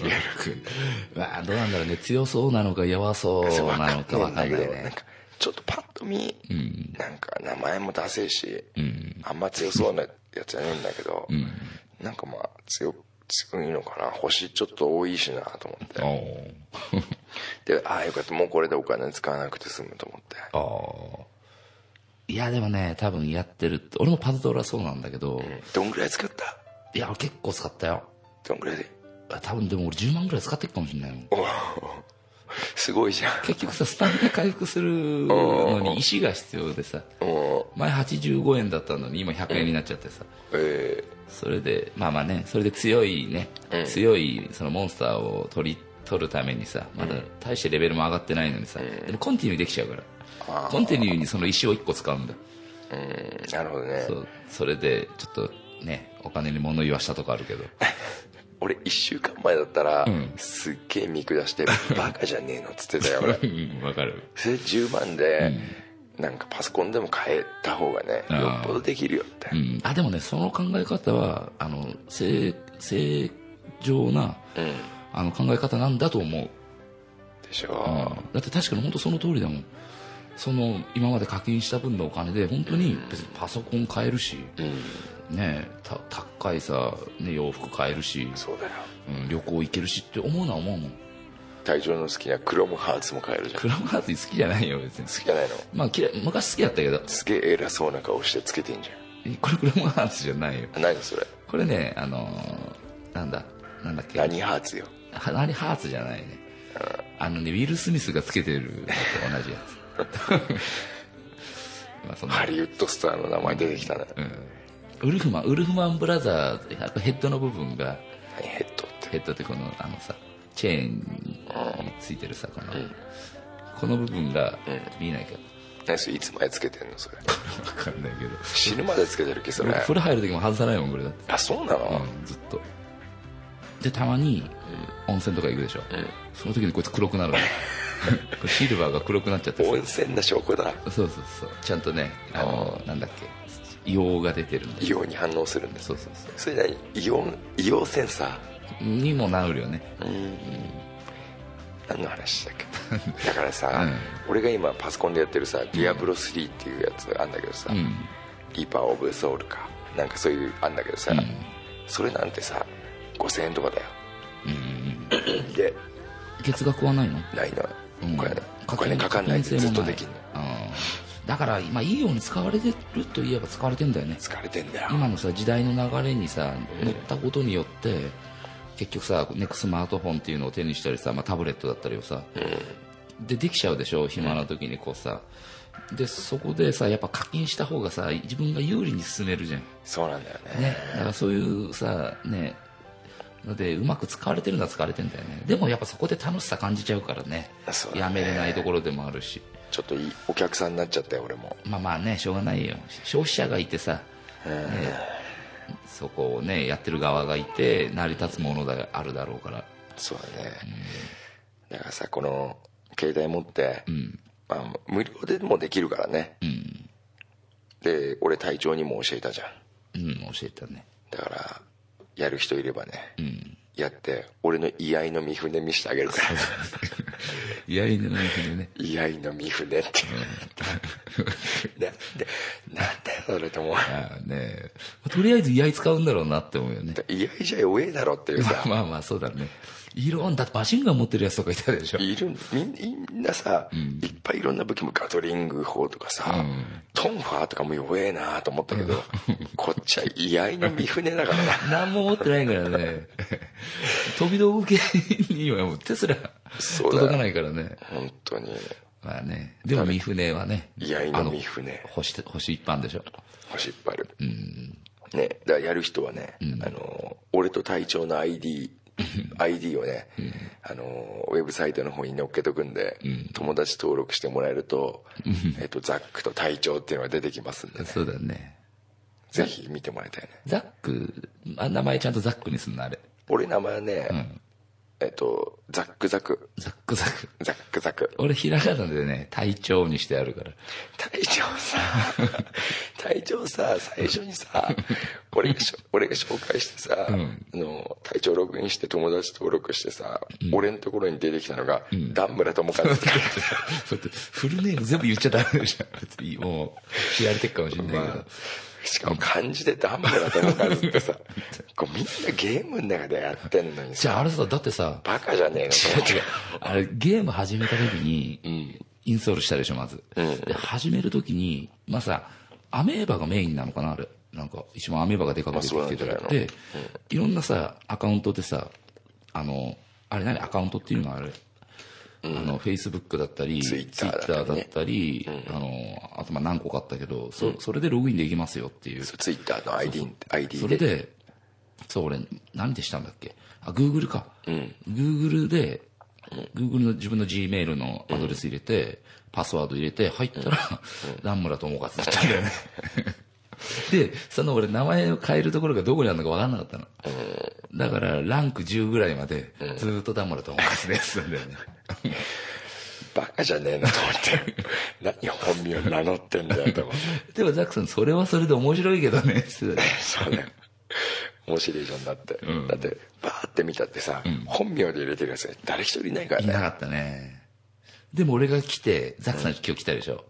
Speaker 3: の
Speaker 4: わあどうなんだろうね強そうなのか弱そう
Speaker 3: そう分
Speaker 4: な
Speaker 3: か
Speaker 4: の
Speaker 3: って
Speaker 4: か
Speaker 3: な
Speaker 4: 分
Speaker 3: ん
Speaker 4: か
Speaker 3: だ
Speaker 4: ん
Speaker 3: け
Speaker 4: ない
Speaker 3: どなん
Speaker 4: ね
Speaker 3: かちょっとパッと見
Speaker 4: うん
Speaker 3: なんか名前もダセいし
Speaker 4: うん
Speaker 3: あんま強そうなやつじゃねえんだけど
Speaker 4: うん
Speaker 3: なんかまあ強強いのかな星ちょっと多いしなと思
Speaker 4: お
Speaker 3: っ
Speaker 4: ー
Speaker 3: てでああよかったもうこれでお金使わなくて済むと思って
Speaker 4: あーいやでもね多分やってるって俺もパズドラそうなんだけど、
Speaker 3: うんどんぐらい使った
Speaker 4: いや俺結構使ったよ
Speaker 3: どんぐらいで
Speaker 4: 多分でも俺10万ぐらい使ってるかもしれないもん
Speaker 3: おお すごいじゃん
Speaker 4: 結局さスタミナ回復するのに石が必要でさ
Speaker 3: お
Speaker 4: 前85円だったのに今100円になっちゃってさ
Speaker 3: え
Speaker 4: それでまあまあねそれで強いね、
Speaker 3: うん
Speaker 4: 強いそのモンスターを取り取るためにさまだ大してレベルも上がってないのにさ、でもコンティニューできちゃうからコンティニューにその石を1個使うんだ
Speaker 3: ーうんなるほどね
Speaker 4: そうそれでちょっとねお金に物言わしたとかあるけど
Speaker 3: 俺1週間前だったら
Speaker 4: うん
Speaker 3: すっげえ見下 して「バカじゃねえの」っつってたよ俺
Speaker 4: うんわかる
Speaker 3: それ10万で、なんかパソコンでも変えた方がね
Speaker 4: あー
Speaker 3: よっぽどできるよって、
Speaker 4: うん、あでもねその考え方はあの正正常な
Speaker 3: うん
Speaker 4: あの考え方なんだと思う、
Speaker 3: でしょ、
Speaker 4: だって確かに本当その通りだもんその今まで課金した分のお金で本当に別にパソコン買えるし、
Speaker 3: うん
Speaker 4: ねえた高いさ、ね、洋服買えるし、
Speaker 3: そうだよ
Speaker 4: うん、旅行行けるしって思うのは思うもん
Speaker 3: 隊長の好きなクロムハーツも変えるじゃん好
Speaker 4: クラブハーツ好きじゃないよ別に
Speaker 3: きじゃないの
Speaker 4: まあ嫌い昔好きだったけど
Speaker 3: すげえ偉そうな顔してつけてんじ
Speaker 4: えこれクラブハーツじゃないよ
Speaker 3: ゃん何それ
Speaker 4: これねあのーなんだなんだっけ
Speaker 3: 何ハーツよ
Speaker 4: は何ハーツじゃないねあのねウィル・スミスがつけてるのと同じやつ まあその
Speaker 3: ハリウッドスターの名前出てきたね、
Speaker 4: うんウルフマンウルフマンブラザーズやっぱヘッドの部分が
Speaker 3: 何ヘッドって
Speaker 4: ヘッドってこのあのさチェーンについてるさこの、この部分が見えないけど、
Speaker 3: 何それいつまでつけてんのそれ
Speaker 4: 分かんないけど
Speaker 3: 死ぬまでつけてるっけそれ
Speaker 4: 俺風呂入る時も外さないもんこれだって、
Speaker 3: あそうなの、
Speaker 4: うん、ずっとでたまに温泉とか行くでしょ、その時にこいつ黒くな るのこれシルバーが黒くなっちゃってさ
Speaker 3: 温泉な証拠だ
Speaker 4: そうそうそうちゃんとねあのなんだっけ硫黄が出てるんで
Speaker 3: 硫黄に反応するんです
Speaker 4: そうそうそ
Speaker 3: それ何硫黄硫黄センサー
Speaker 4: うにもなるよね
Speaker 3: 何の話だっ けだからさ、俺が今パソコンでやってるさ「ディアブロ3」っていうやつあんだけどさ「
Speaker 4: うん
Speaker 3: リーパー・オブ・ソウル」かなんかそういうあんだけどさ、それなんてさ5000円とかだよ、で
Speaker 4: 月額はないの
Speaker 3: ないの、
Speaker 4: うん
Speaker 3: これお
Speaker 4: 課金
Speaker 3: 金かかんないで
Speaker 4: 課金制
Speaker 3: ずっ
Speaker 4: も
Speaker 3: とできんの
Speaker 4: あーだから今いいように使われてるといえば使われてんだよね
Speaker 3: 疲れてんだよ、
Speaker 4: 今のさ時代の流れにさ乗ったことによって結局さ、ね、スマートフォンっていうのを手にしたりさ、まあ、タブレットだったりをさ、でできちゃうでしょ暇な時にこうさでそこでさやっぱ課金した方がさ自分が有利に進めるじゃん
Speaker 3: そうなんだよね
Speaker 4: ね、だからそういうさ、ね、のでうまく使われてるのは使われてんだよねでもやっぱそこで楽しさ感じちゃうからね
Speaker 3: そうだね
Speaker 4: やめれないところでもあるし
Speaker 3: ちょっといいお客さんになっちゃったよ俺も
Speaker 4: まあまあねしょうがないよ消費者がいてさ、ね、そこをねやってる側がいて成り立つものがあるだろうから
Speaker 3: そうだね、だからさこの携帯持って、まあ、無料でもできるからね、で俺隊長にも教えたじゃん
Speaker 4: うん教えたね
Speaker 3: だからやる人いればね、やって俺の居合の見船見してあげる から
Speaker 4: いやいやね
Speaker 3: 居合の見船って、なんでなんだよそれと思う
Speaker 4: ああねとりあえず居合使うんだろうなって思うよね
Speaker 3: 居合じゃ弱えだろっていう
Speaker 4: まあ
Speaker 3: さ
Speaker 4: まあまあそうだねいろんだってマシンガン持ってるやつとかいたでしょ
Speaker 3: いるみんみんなさ、いっぱいいろんな武器もガトリング砲とかさ、トンファーとかも弱えなと思ったけど、こっちは居合の見船だからな
Speaker 4: 何も持ってないから ね飛び道具系にはもう手すら
Speaker 3: そうだ
Speaker 4: 届かないからね
Speaker 3: 本当に
Speaker 4: まあねでも三船はね
Speaker 3: 居合の見船
Speaker 4: あの星星一般でしょ
Speaker 3: 腰引っ張る、ねだからやる人はね、あの俺と隊長の ID ID をね、あのウェブサイトの方に載っけとくんで、友達登録してもらえると、えっと、ザックと隊長っていうのが出てきますんでね
Speaker 4: そうだね
Speaker 3: ぜひ見てもらいたいね
Speaker 4: ザックあ名前ちゃんとザックにすんのあれ
Speaker 3: 俺名前ね、えっとザックザク
Speaker 4: ザックザク
Speaker 3: ザックザク
Speaker 4: 俺ひらがなでね隊長にしてあ るから
Speaker 3: 隊長さ 隊長さ最初にさ俺がしょ俺が紹介してさ、あの隊長ログインして友達登録してさ、俺のところに出てきたのが、ダンブラ 友和って
Speaker 4: そうやってフルネーム全部言っちゃダメでしょ別にもう知られてるかもしれないけど、
Speaker 3: しかも漢字でダンブラ友和って さこうみんなゲームの中でやってんのに
Speaker 4: じゃあ
Speaker 3: さ
Speaker 4: あれさだってさ
Speaker 3: バカじゃねえの
Speaker 4: 違う違う。 あれ、ゲーム始めた時に、インストールしたでしょ、まず。で、始める時に、まあさ、アメーバがメインなのかな、あれ。なんか、一番アメーバがでかく出てきてた
Speaker 3: まあ
Speaker 4: ら。
Speaker 3: そうなんじゃない
Speaker 4: で、いろんなさ、アカウントでさ、あの、あれ何アカウントっていうのはあれ。あの、フェイスブックだったり、ツイッ
Speaker 3: Twitter だったりね
Speaker 4: ターだったり、あの、あとまあ何個かあったけど、そ、それでログインできますよっていう。
Speaker 3: ツイッターの ID,
Speaker 4: そうそう
Speaker 3: ID
Speaker 4: そ
Speaker 3: で
Speaker 4: れでそう俺何でしたんだっけあグーグルかグーグルでグーグルの自分の G メールのアドレス入れて、パスワード入れて入ったら、南村友和だったんだよね でその俺名前を変えるところがどこにあるのか分かんなかったの、だからランク10ぐらいまでずーっと南村友和のやつなんだよね
Speaker 3: バカじゃねえなと思って何本名名乗ってんだよと思って
Speaker 4: でもザックさんそれはそれで面白いけどねって言ってたね
Speaker 3: そうね。面白いじゃんだって。だって、バーって見たってさ、本名で入れてるやつ誰一人いないから
Speaker 4: いな
Speaker 3: ね。
Speaker 4: かったね。でも俺が来て、ザックさん今日来たでしょ。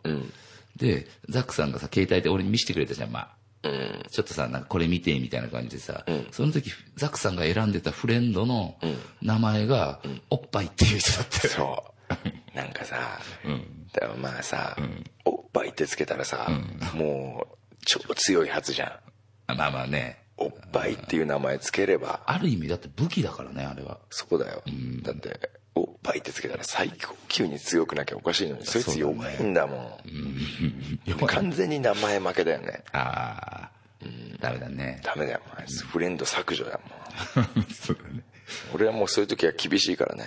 Speaker 4: で、ザックさんがさ、携帯で俺に見せてくれたじゃん、まあ。ちょっとさ、なんかこれ見て、みたいな感じでさ、その時、ザックさんが選んでたフレンドの名前が、おっぱいっていう 人だったよ。
Speaker 3: そう。なんかさ、だからまあさ、おっぱいってつけたらさ、もう、超強いはずじゃん。
Speaker 4: あまあまあね。
Speaker 3: おっぱいっていう名前つければ、
Speaker 4: ある意味だって武器だからね、あれは。
Speaker 3: そうだよ。だって、おっぱいってつけたら最高級に強くなきゃおかしいのに、そいつ弱いんだもん。 完全に名前負けだよね。
Speaker 4: ああ、ダメだね。
Speaker 3: ダメだよ、お前フレンド削除だもん。
Speaker 4: そうだね。
Speaker 3: 俺はもうそういう時は厳しいからね。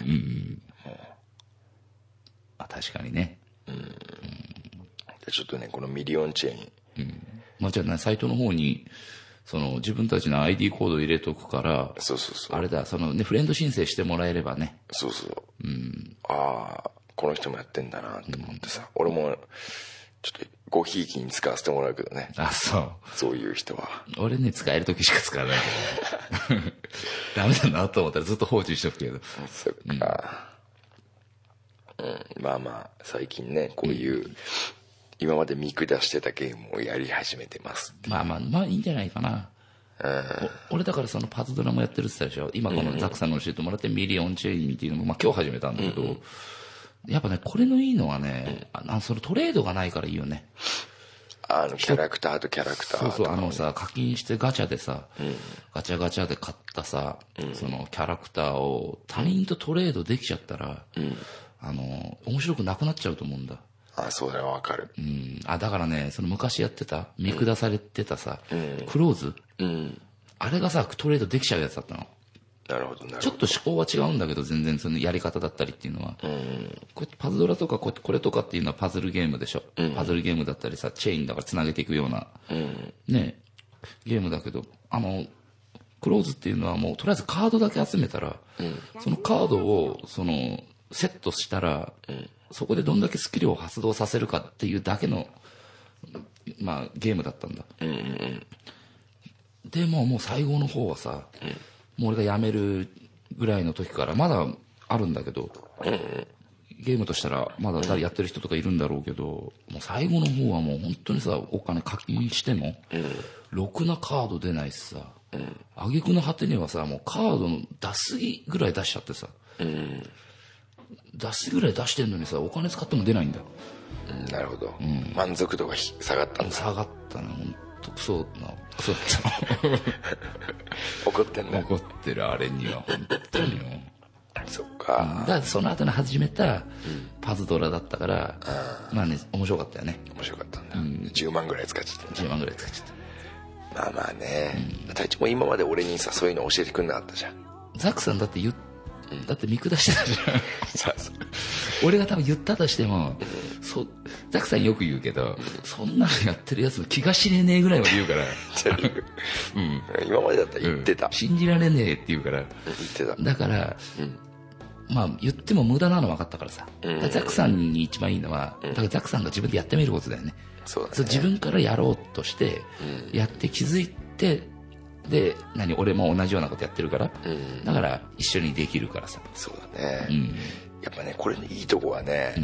Speaker 4: まあ確かにね。
Speaker 3: でちょっとねこのミリオンチェーン
Speaker 4: まあじゃあね、サイトの方に、その自分たちの ID コード入れとくから、
Speaker 3: そうそうそう
Speaker 4: あれだ、そのね、フレンド申請してもらえればね。
Speaker 3: そうそう、ああこの人もやってんだなと思ってさ、俺もちょっとごひいきに使わせてもらうけどね
Speaker 4: あ、そ
Speaker 3: そういう人は
Speaker 4: う。俺ね、使える時しか使わないけど ね。 ダメだなと思ったらずっと放置しとくけど。
Speaker 3: そっかうん、まあまあ最近ねこういう、今まで見下してたゲームをやり始めてます
Speaker 4: まあまあ、まあいいんじゃないかな。お俺だからそのパズドラもやってるって言ってたでしょ今このザクさんの教えてもらってミリオンチェインっていうのも、まあ今日始めたんだけど、やっぱね、これのいいのはね、ああのそのトレードがないからいいよね。
Speaker 3: あのキャラクターとキャラクター
Speaker 4: そう
Speaker 3: と
Speaker 4: そう、あのさ、課金してガチャでさ、ガチャガチャで買ったさ、そのキャラクターを他人とトレードできちゃったら、あの、面白くなくなっちゃうと思うんだ。
Speaker 3: あそれはわかる
Speaker 4: うん、あだからねその昔やってた見下されてたさ、クローズ
Speaker 3: うん
Speaker 4: あれがさトレードできちゃうやつだったの
Speaker 3: なるほどなる
Speaker 4: ちょ
Speaker 3: ほ
Speaker 4: っ
Speaker 3: ど
Speaker 4: と思考は違うんだけど全然そのやり方だったりっていうのは、こうやってパズドラとかこうやってこれとかっていうのはパズルゲームでしょ、パズルゲームだったりさチェーンだからつなげていくような、ねゲームだけどあのクローズっていうのはもうとりあえずカードだけ集めたら、そのカードをそのセットしたら、そこでどんだけスキルを発動させるかっていうだけの、まあ、ゲームだったんだ、でももう最後の方はさ、もう俺が辞めるぐらいの時からまだあるんだけど、ゲームとしたらまだやってる人とかいるんだろうけどもう最後の方はもう本当にさお金課金しても、ろくなカード出ないしさ、挙句の果てにはさもうカードの出すぎぐらい出しちゃってさ、出すぎぐらい出してんのにさお金使っても出ないんだよ
Speaker 3: うんなるほど、満足度がひ下がったんだ
Speaker 4: 下がったな本当クソなクソだったな
Speaker 3: 怒って んだ
Speaker 4: 怒ってるあれには本当によ
Speaker 3: そっ
Speaker 4: だ
Speaker 3: か
Speaker 4: からその後に始めたパズドラだったから、まあね面白かったよね
Speaker 3: 面白かったんだ、10万ぐらい使っちゃったんだ
Speaker 4: 10万ぐらい使っちゃっ
Speaker 3: まあまあね太一も今まで俺にさそういうの教えてくんなかったじゃ ん
Speaker 4: たザックさんだって言っだって見下してたじゃん
Speaker 3: さあ そう
Speaker 4: 俺が多分言ったとしてもそザックさんよく言うけどそんなのやってるやつの気が知れねえぐらいは言うから
Speaker 3: じゃあ 今までだったら 言ってた、
Speaker 4: うん信じられねえって言うから
Speaker 3: 言ってた
Speaker 4: だから、まあ言っても無駄なの分かったからさ、だからザックさんに一番いいのは、だからザックさんが自分でやってみることだよね、
Speaker 3: そうだ
Speaker 4: そう
Speaker 3: ね
Speaker 4: 自分からやろうとして、やって気づいてで何俺も同じようなことやってるから、だから一緒にできるからさ
Speaker 3: そうだね、やっぱねこれのいいとこはね、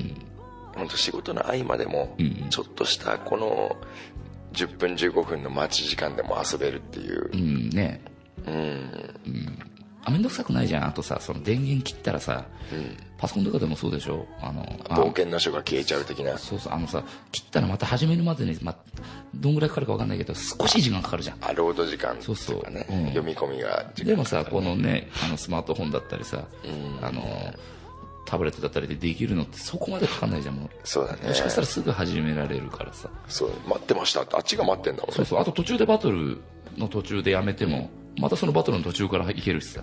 Speaker 3: ほんと仕事の合間でも、ちょっとしたこの10分15分の待ち時間でも遊べるっていう
Speaker 4: う、んねうん、あ面倒くさくないじゃんあとさその電源切ったらさ、パソコンとかでもそうでしょあのあ
Speaker 3: 冒険の書が消えちゃう的な
Speaker 4: そうそうあのさ切ったらまた始めるまでに、ま、どんぐらいかかるか分かんないけど少し時間かかるじゃん
Speaker 3: あロード時間と
Speaker 4: そうそう
Speaker 3: かね
Speaker 4: うん
Speaker 3: 読み込みが時間
Speaker 4: でもさこのねあのスマートフォンだったりさ、あのタブレットだったりでできるのってそこまでかかんないじゃんもう
Speaker 3: そうだね
Speaker 4: もしかしたらすぐ始められるからさ
Speaker 3: そう待ってましたってあっちが待ってんだもん
Speaker 4: そう
Speaker 3: ね
Speaker 4: そうあと途中でバトルの途中でやめてもまたそのバトルの途中からいけるしさ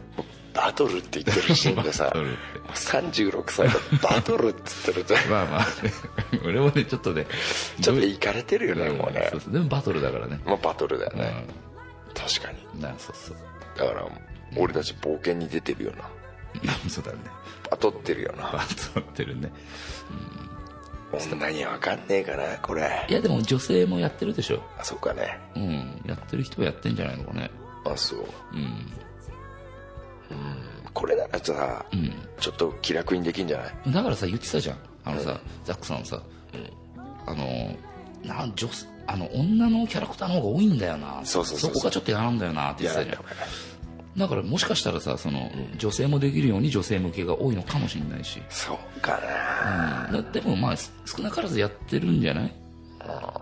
Speaker 3: バトルって言ってるシーンでさ
Speaker 4: トルって
Speaker 3: 36歳がバトルっつっ てると
Speaker 4: まあまあ俺もねちょっとね
Speaker 3: ちょっと
Speaker 4: い
Speaker 3: いかれてるよねもうね
Speaker 4: そうそうでもバトルだからね
Speaker 3: まあバトルだよね確かに
Speaker 4: うんなそうそう
Speaker 3: だから俺たち冒険に出てるよな
Speaker 4: そうだね
Speaker 3: バトってるよな
Speaker 4: バトってるね
Speaker 3: 女には分かんねえかなこれ
Speaker 4: いやでも女性もやってるでしょ
Speaker 3: あそうかね
Speaker 4: うんやってる人はやってんじゃないのかね
Speaker 3: あそう
Speaker 4: うん
Speaker 3: これならさ、ちょっと気楽にできんじゃない
Speaker 4: だからさ言ってたじゃんあのさ、ザックさんさ、あのなん女すあの女のキャラクターの方が多いんだよな
Speaker 3: そうそうそうそう
Speaker 4: こがちょっと嫌なんだよなって言ってたじゃん
Speaker 3: 嫌
Speaker 4: だからもしかしたらさその、女性もできるように女性向けが多いのかもしれないし、
Speaker 3: そうか
Speaker 4: う
Speaker 3: なん
Speaker 4: だでもまあす少なからずやってるんじゃない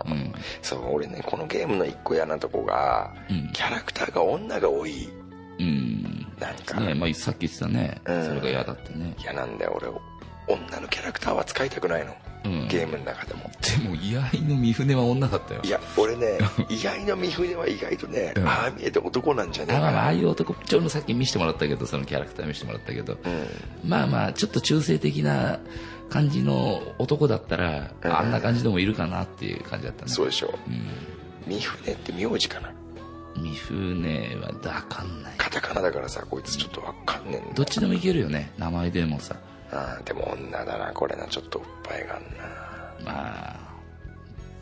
Speaker 4: うん
Speaker 3: そう俺ねこのゲームの一個嫌なとこが、キャラクターが女が多い
Speaker 4: うん
Speaker 3: なんか、
Speaker 4: ねまあ、さっき言ってたね、それが嫌だってね
Speaker 3: 嫌なんだよ俺女のキャラクターは使いたくないの、ゲームの中でも
Speaker 4: でも居合の三船は女だったよ
Speaker 3: いや俺 ね意外の三船は意外とね、ああ見えて男なんじゃねえ
Speaker 4: あま
Speaker 3: か
Speaker 4: あまあ
Speaker 3: な
Speaker 4: ああいう男ちょうどさっき見せてもらったけどそのキャラクター見せてもらったけど、まあまあちょっと中性的な感じの男だったら、あんな感じでもいるかなっていう感じだったね
Speaker 3: そうでしょ、三船って名字かな
Speaker 4: 三船はだかんない
Speaker 3: カタカナだからさこいつちょっとわかんねえんだ
Speaker 4: どっちでもいけるよね名前でもさ
Speaker 3: あーでも女だなこれなちょっとおっぱいがあん
Speaker 4: まあ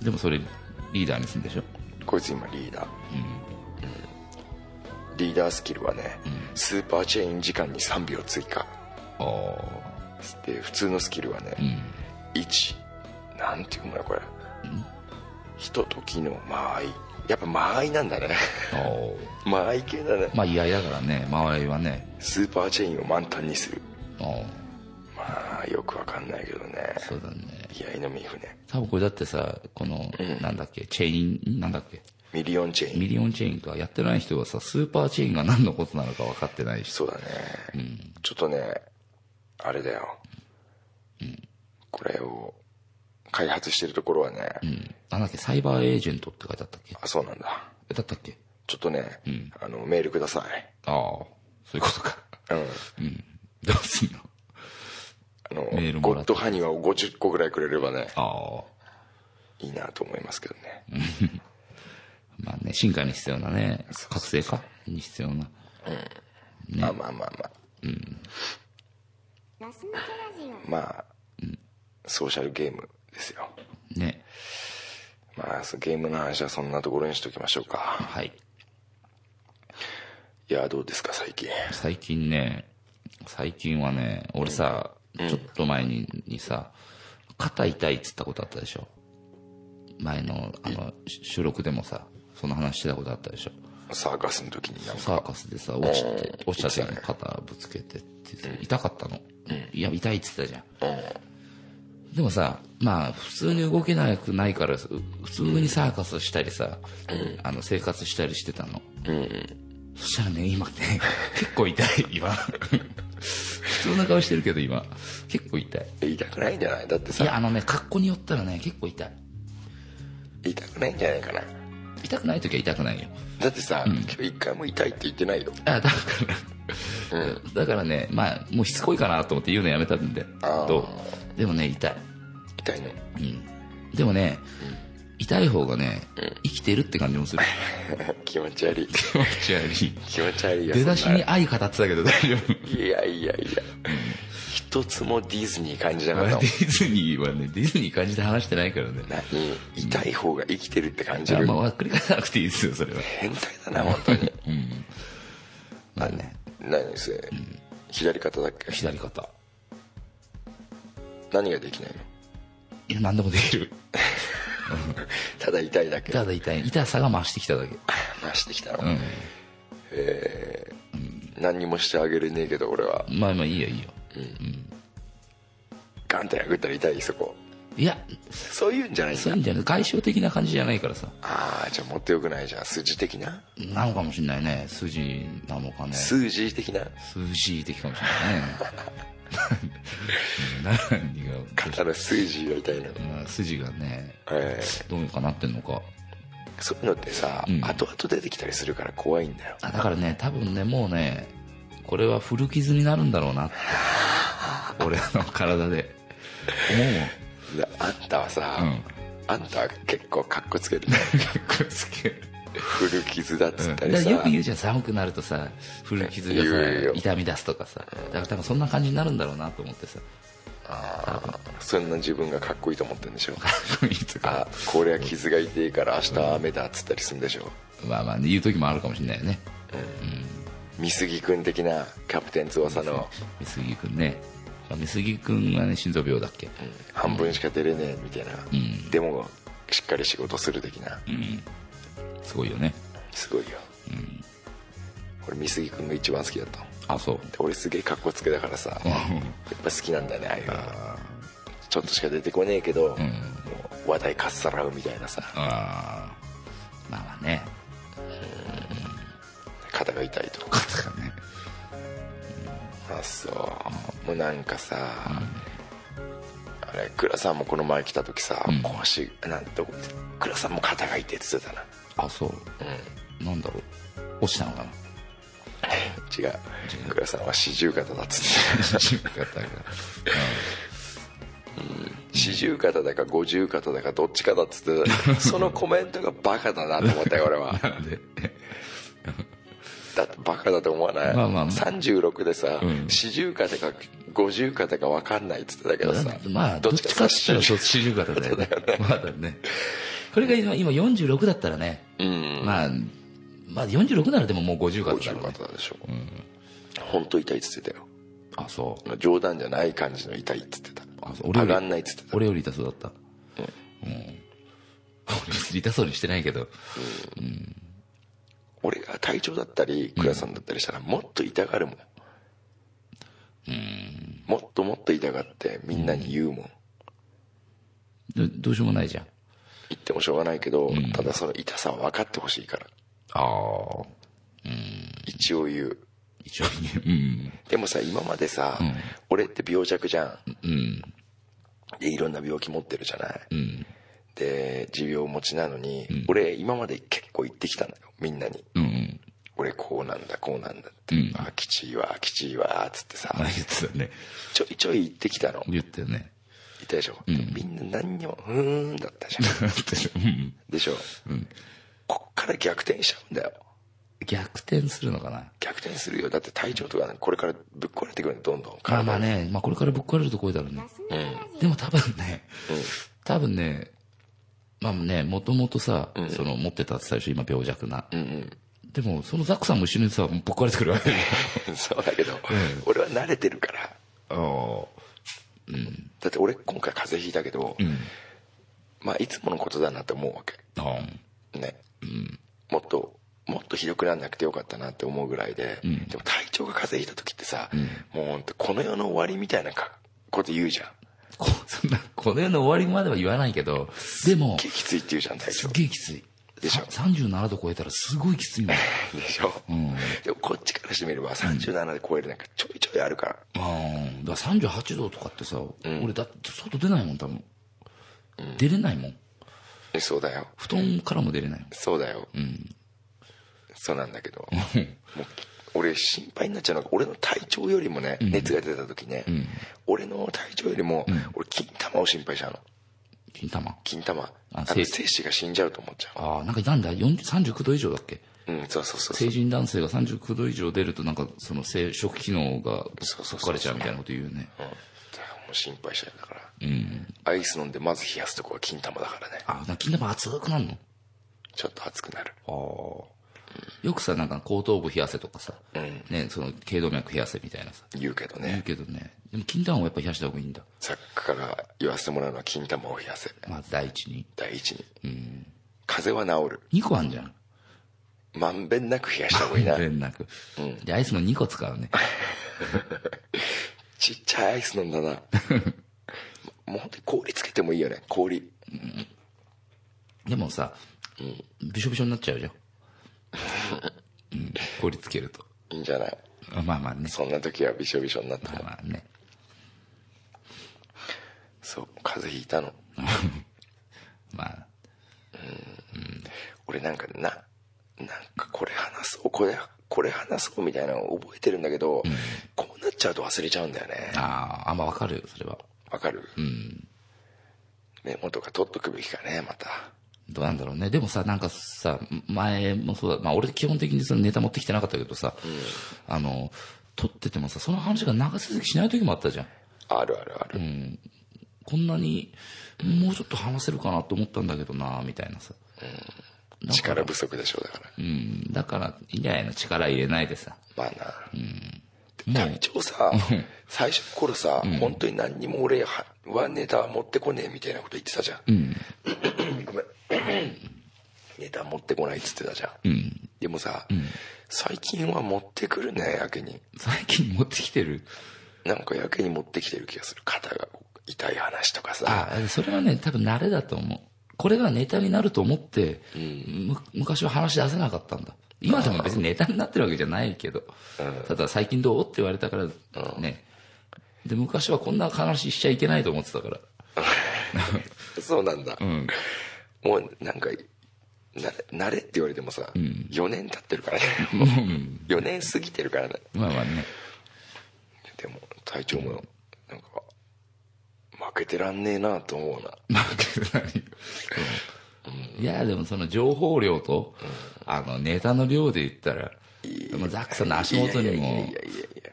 Speaker 4: でもそれリーダーにするんでしょ
Speaker 3: なこいつ今リーダー、うんリーダースキルはね、スーパーチェイン時間に3秒追加
Speaker 4: お
Speaker 3: で普通のスキルはね、1なんていうのよこれ、ひとときの間合いやっぱ間合いなんだね
Speaker 4: ーお
Speaker 3: 間合い系だね
Speaker 4: ーまあ居合だからね間合いはね
Speaker 3: スーパーチェインを満タンにする
Speaker 4: おー
Speaker 3: まあよくわかんないけどね
Speaker 4: そうだね
Speaker 3: 居合の三船
Speaker 4: 多分これだってさこの、なんだっけチェインなんだっけ
Speaker 3: ミリオンチェイン
Speaker 4: ミリオンチェーンかやってない人はさスーパーチェーンが何のことなのか分かってないし
Speaker 3: そうだね、ちょっとねあれだよ、これを開発してるところはね、
Speaker 4: うん。なんだっけ、サイバーエージェントって書いてあったっけ
Speaker 3: あそうなんだ
Speaker 4: えだったっけ
Speaker 3: ちょっとね、あのメールください
Speaker 4: ああ、そういうことか。
Speaker 3: うん
Speaker 4: どうすんの
Speaker 3: あの
Speaker 4: メールも
Speaker 3: ゴ
Speaker 4: ら
Speaker 3: ッ
Speaker 4: って
Speaker 3: ドハニワを50個ぐらいくれればね
Speaker 4: ああ。
Speaker 3: いいなと思いますけどね、
Speaker 4: まあね、進化に必要なね、覚醒かに必要な。
Speaker 3: まあまあまあまあ
Speaker 5: ガス抜けラジオ
Speaker 3: まあ、ソーシャルゲームですよ
Speaker 4: ね。
Speaker 3: まあそゲームの話はそんなところにしときましょうか
Speaker 4: はい。
Speaker 3: いやどうですか最近
Speaker 4: 最近ね、最近はね、俺さ、ちょっと前ににさ、肩痛いっつったことあったでしょ前の、あの、し収録でもさ、その話してたことあったでしょ
Speaker 3: サーカスの時になんか
Speaker 4: サーカスでさ、落ちて、落ちた時
Speaker 3: 言ってた
Speaker 4: に
Speaker 3: ね
Speaker 4: 肩ぶつけてって言って痛かったの。いや、痛いって言ってたじゃん。でもさ、まあ、普通に動けなくないから、う普通にサーカスしたりさ、あの、生活したりしてたの。そしたらね、今ね、結構痛い、今。普通な顔してるけど、今。結構痛い。
Speaker 3: 痛くないんじゃないだって
Speaker 4: いや、
Speaker 3: さ
Speaker 4: あのね、格好によったらね、結構痛い。
Speaker 3: 痛くないんじゃないかな
Speaker 4: 痛くない時は痛くないよ。
Speaker 3: だってさ、今日一回も痛いって言ってないよ
Speaker 4: あだから、だからねまあもうしつこいかなと思って言うのやめたんで
Speaker 3: あー
Speaker 4: どうでもね痛い、
Speaker 3: 痛いの
Speaker 4: うん、でもね、痛い方がね、生きてるって感じも する
Speaker 3: 気持ち悪い
Speaker 4: 気持ち悪い
Speaker 3: 気持ち悪いよ
Speaker 4: 出だし
Speaker 3: そん
Speaker 4: に
Speaker 3: な
Speaker 4: 愛語ってたけど大丈夫
Speaker 3: いやいやいや一つもディズニー感じなかっ
Speaker 4: 俺
Speaker 3: たも
Speaker 4: デ
Speaker 3: ん
Speaker 4: ィズニーはねディズニー感じて話してないからね
Speaker 3: 何痛い方が生きてるって感じ
Speaker 4: あん
Speaker 3: る
Speaker 4: まあ繰り返さなくていいですよそれは
Speaker 3: 変態だな本当に
Speaker 4: まあね
Speaker 3: 何それ左肩だっけ
Speaker 4: 左肩
Speaker 3: 何ができないの
Speaker 4: いや何でもできる
Speaker 3: ただ痛いだけ
Speaker 4: ただ痛い痛さが増してきただけ
Speaker 3: 回してきた
Speaker 4: う
Speaker 3: の、えー何にもしてあげれねえけど俺は
Speaker 4: んまあまあいいよいいよ
Speaker 3: ガンって殴ったら痛いそこ
Speaker 4: いや
Speaker 3: そういうんじゃないん
Speaker 4: そうい
Speaker 3: だ
Speaker 4: うんじゃない外傷的な感じじゃないからさ
Speaker 3: ああじゃあもっとよくないじゃん筋的な
Speaker 4: なのかもしれないね筋なのかね
Speaker 3: 数字的な
Speaker 4: 筋的かもしれないね 何が
Speaker 3: 肩の数字が痛いの、
Speaker 4: うん筋がね
Speaker 3: え
Speaker 4: どうにかなってんのか
Speaker 3: ーそういうのってさ、
Speaker 4: ん
Speaker 3: 後々出てきたりするから怖いんだよ
Speaker 4: あだからね多分ねもうねこれは古傷になるんだろうなって俺の体で思うもん
Speaker 3: であんたはさ、
Speaker 4: うん
Speaker 3: あんたは結構カッコつけるね
Speaker 4: 結構つけ
Speaker 3: 古傷だっつった
Speaker 4: だ
Speaker 3: り
Speaker 4: か
Speaker 3: さ、
Speaker 4: らよく言うじゃん寒くなるとさ古傷が
Speaker 3: 言う
Speaker 4: さ
Speaker 3: よ
Speaker 4: 痛み出すとかさだから多分そんな感じになるんだろうなと 思ってさ
Speaker 3: そんな自分がかっこいいと思ってるんで しょ
Speaker 4: 古いとか
Speaker 3: あこれは傷が痛いから明日雨だっつったりするんでしょ
Speaker 4: まあまあね言う時もあるかもしれないよね
Speaker 3: 美杉君的なキャプテン翼の
Speaker 4: 美杉君ね美杉君がね心臓病だっけ
Speaker 3: 半分しか出れねえみたいな、
Speaker 4: ん
Speaker 3: でもしっかり仕事する的な、
Speaker 4: すごいよね
Speaker 3: すごいよ、俺美杉君が一番好きだったの
Speaker 4: あそう
Speaker 3: で俺すげえかっこつけだからさやっぱ好きなんだねああいうのちょっとしか出てこねえけど、もう話題かっさらうみたいなさ
Speaker 4: あーまあまあね
Speaker 3: 肩が痛いとか
Speaker 4: 肩がね
Speaker 3: あそうもうなんかさ、あれ倉さんもこの前来た時さ、腰なんと倉さんも肩が痛いって言ってたな
Speaker 4: あそうなんだろう落ちたの かな
Speaker 3: 違う倉さんは四十肩だっつって
Speaker 4: 肩が
Speaker 3: 四十肩だか五十肩だかどっちかだっつって たそのコメントがバカだなと思ったよ俺は
Speaker 4: で
Speaker 3: だってバカだと思わない、
Speaker 4: まあまあまあ
Speaker 3: 36でさ、
Speaker 4: ん
Speaker 3: 四十肩か五十肩か分かんないっつってたけどさ
Speaker 4: まあどっちかっつったら
Speaker 3: 40
Speaker 4: そっち中肩だよ ねまだねこれが今今46だったらね
Speaker 3: うん
Speaker 4: まあまあ46ならでももう50
Speaker 3: 五十
Speaker 4: 肩だろうね
Speaker 3: 肩でしょ、本当痛いっつってたよ
Speaker 4: あそう
Speaker 3: 冗談じゃない感じの痛いっつってた
Speaker 4: あそう俺よ
Speaker 3: 上
Speaker 4: り
Speaker 3: がんないっつってた
Speaker 4: 俺より痛そうだったうん 俺別に痛そうにしてないけど
Speaker 3: 俺が隊長だったり倉さんだったりしたらもっと痛がるもん、もっともっと痛がってみんなに言うもん、
Speaker 4: どどうしようもないじゃん
Speaker 3: 言ってもしょうがないけど、ただその痛さは分かってほしいから
Speaker 4: ああ
Speaker 3: 一応言う
Speaker 4: 一応ねうん
Speaker 3: でもさ今までさ、俺って病弱じゃん、でいろんな病気持ってるじゃない、
Speaker 4: うん
Speaker 3: で持病持ちなのに、俺今まで結構言ってきたのよみんなに
Speaker 4: うんうん
Speaker 3: 俺こうなんだこうなんだって、
Speaker 4: うん
Speaker 3: あきちいわきちいわっつってさ
Speaker 4: あ言ってたね
Speaker 3: ちょいちょい言ってきたの言
Speaker 4: 言ってたね
Speaker 3: ったでしょ、みんな何にもうーんだっ たじゃん
Speaker 4: うん
Speaker 3: でしょ、こっから逆転しちゃうんだよ
Speaker 4: 逆転するのかな
Speaker 3: 逆転するよだって体調とかねこれからぶっ壊れてくるのどんどん
Speaker 4: まあ
Speaker 3: 体
Speaker 4: まあね、まあ、これからぶっ壊れるとこだろうねでも多分ね、多分ねまあねもともとさ、その持ってたって最初今病弱な、でもそのザックさんも一緒にさぶっ壊れてくるわけ
Speaker 3: そうだけど、俺は慣れてるから
Speaker 4: ああ
Speaker 3: だって俺今回風邪ひいたけど、まあいつものことだなと思うわ
Speaker 4: あ
Speaker 3: けね、もっともっとひどくなんなくてよかったなって思うぐらいで、でも体調が風邪ひいた時ってさ、もうほんとこの世の終わりみたいなかこと言うじゃん
Speaker 4: こそんなこの世の終わりまでは言わないけどでも
Speaker 3: きついって言うじゃん体
Speaker 4: す
Speaker 3: 調
Speaker 4: っげえきつい
Speaker 3: でしょ
Speaker 4: さ37度超えたらすごいきついんだよ
Speaker 3: でしょ、
Speaker 4: ん
Speaker 3: でもこっちからしてみれば37で超えるなんかちょいちょいあるから、
Speaker 4: うんだから38度とかってさ、俺だって外出ないもん多分、出れないもん
Speaker 3: えそうだよ
Speaker 4: 布団からも出れないもん
Speaker 3: そうだよ、そうなんだけどもう俺心配になっちゃうのが俺の体調よりもね、熱が出た時ね、俺の体調よりも、俺金玉を心配しちゃうの
Speaker 4: 金玉
Speaker 3: 金玉あの
Speaker 4: 精
Speaker 3: 精
Speaker 4: 子
Speaker 3: 子が死んじゃうと思っちゃ
Speaker 4: ああなんかなんだ40 39度以上だっけ
Speaker 3: ううんそうそうそうそう
Speaker 4: 成人男性が39度以上出るとなんかその生殖機能が
Speaker 3: そうそうそう
Speaker 4: かれちゃうみたいなこと言うよね
Speaker 3: うん、だからもう心配しちゃうだから、アイス飲んでまず冷やすとこは金玉だからね
Speaker 4: ああなんか金玉熱くなるの
Speaker 3: ちょっと熱くなる
Speaker 4: よくさなんか後頭部冷やせとかさ、ねその頸動脈冷やせみたいなさ
Speaker 3: 言うけど
Speaker 4: 言う
Speaker 3: ね
Speaker 4: けどねでも金玉はやっぱ冷やした方がいいんだ
Speaker 3: 作家から言わせてもらうのは金玉を冷やせ
Speaker 4: まず第一に
Speaker 3: 第一に、風邪は治る
Speaker 4: 2個あんじゃん
Speaker 3: まんべんなく冷やした方がいいな
Speaker 4: 連絡、でアイスも2個使うね
Speaker 3: ちっちゃいアイス飲んだなもうもう本当に氷つけてもいいよね氷
Speaker 4: でもさ、びしょびしょになっちゃうじゃん、うん、氷つけると
Speaker 3: いいんじゃない
Speaker 4: あまあまあね
Speaker 3: そんな時はびしょびしょになった
Speaker 4: まあ
Speaker 3: ら
Speaker 4: まあね
Speaker 3: そう風邪ひいたの
Speaker 4: まあ
Speaker 3: 俺なんかななんかこれ話そうこれこれ話そうみたいなのを覚えてるんだけど、こうなっちゃうと忘れちゃうんだよね
Speaker 4: あーあまあわかるよそれは
Speaker 3: わかる、メモとか取っとくべきかねまた
Speaker 4: どうなんだろうねでもさなんかさ前もそうだ、まあ、俺基本的にそのネタ持ってきてなかったけどさ、あの撮っててもさその話が長続きしない時もあったじゃん
Speaker 3: あるあるある、
Speaker 4: こんなにもうちょっと話せるかなと思ったんだけどなみたいなさ、なんか
Speaker 3: 力不足でしょうだから、
Speaker 4: うん、だからいいんじゃないの力入れないでさ
Speaker 3: まあな、
Speaker 4: もう
Speaker 3: 体調さ最初の頃さ、本当に何にも俺はワンネタは持ってこねえみたいなこと言ってたじゃん、ごめん ネタ持ってこないっつってたじゃん、でもさ、最近は持ってくるねやけに
Speaker 4: 最近持ってきてる
Speaker 3: なんかやけに持ってきてる気がする肩が痛い話とかさ
Speaker 4: あそれはね多分慣れだと思うこれがネタになると思って、む昔は話し出せなかったんだ今でも別にネタになってるわけじゃないけど、ただ最近どうって言われたからね、で昔はこんな話しちゃいけないと思ってたから
Speaker 3: そうなんだ、もうなんかな慣れって言われてもさ、4年経ってるからね4年過ぎてるからね
Speaker 4: まあまあね
Speaker 3: でも体調もなんか負けてらんねえなと思うな
Speaker 4: まあけど何いやでもその情報量と、あのネタの量で言ったら、もうザックさんの足元に
Speaker 3: いやいや
Speaker 4: も
Speaker 3: いやいやいや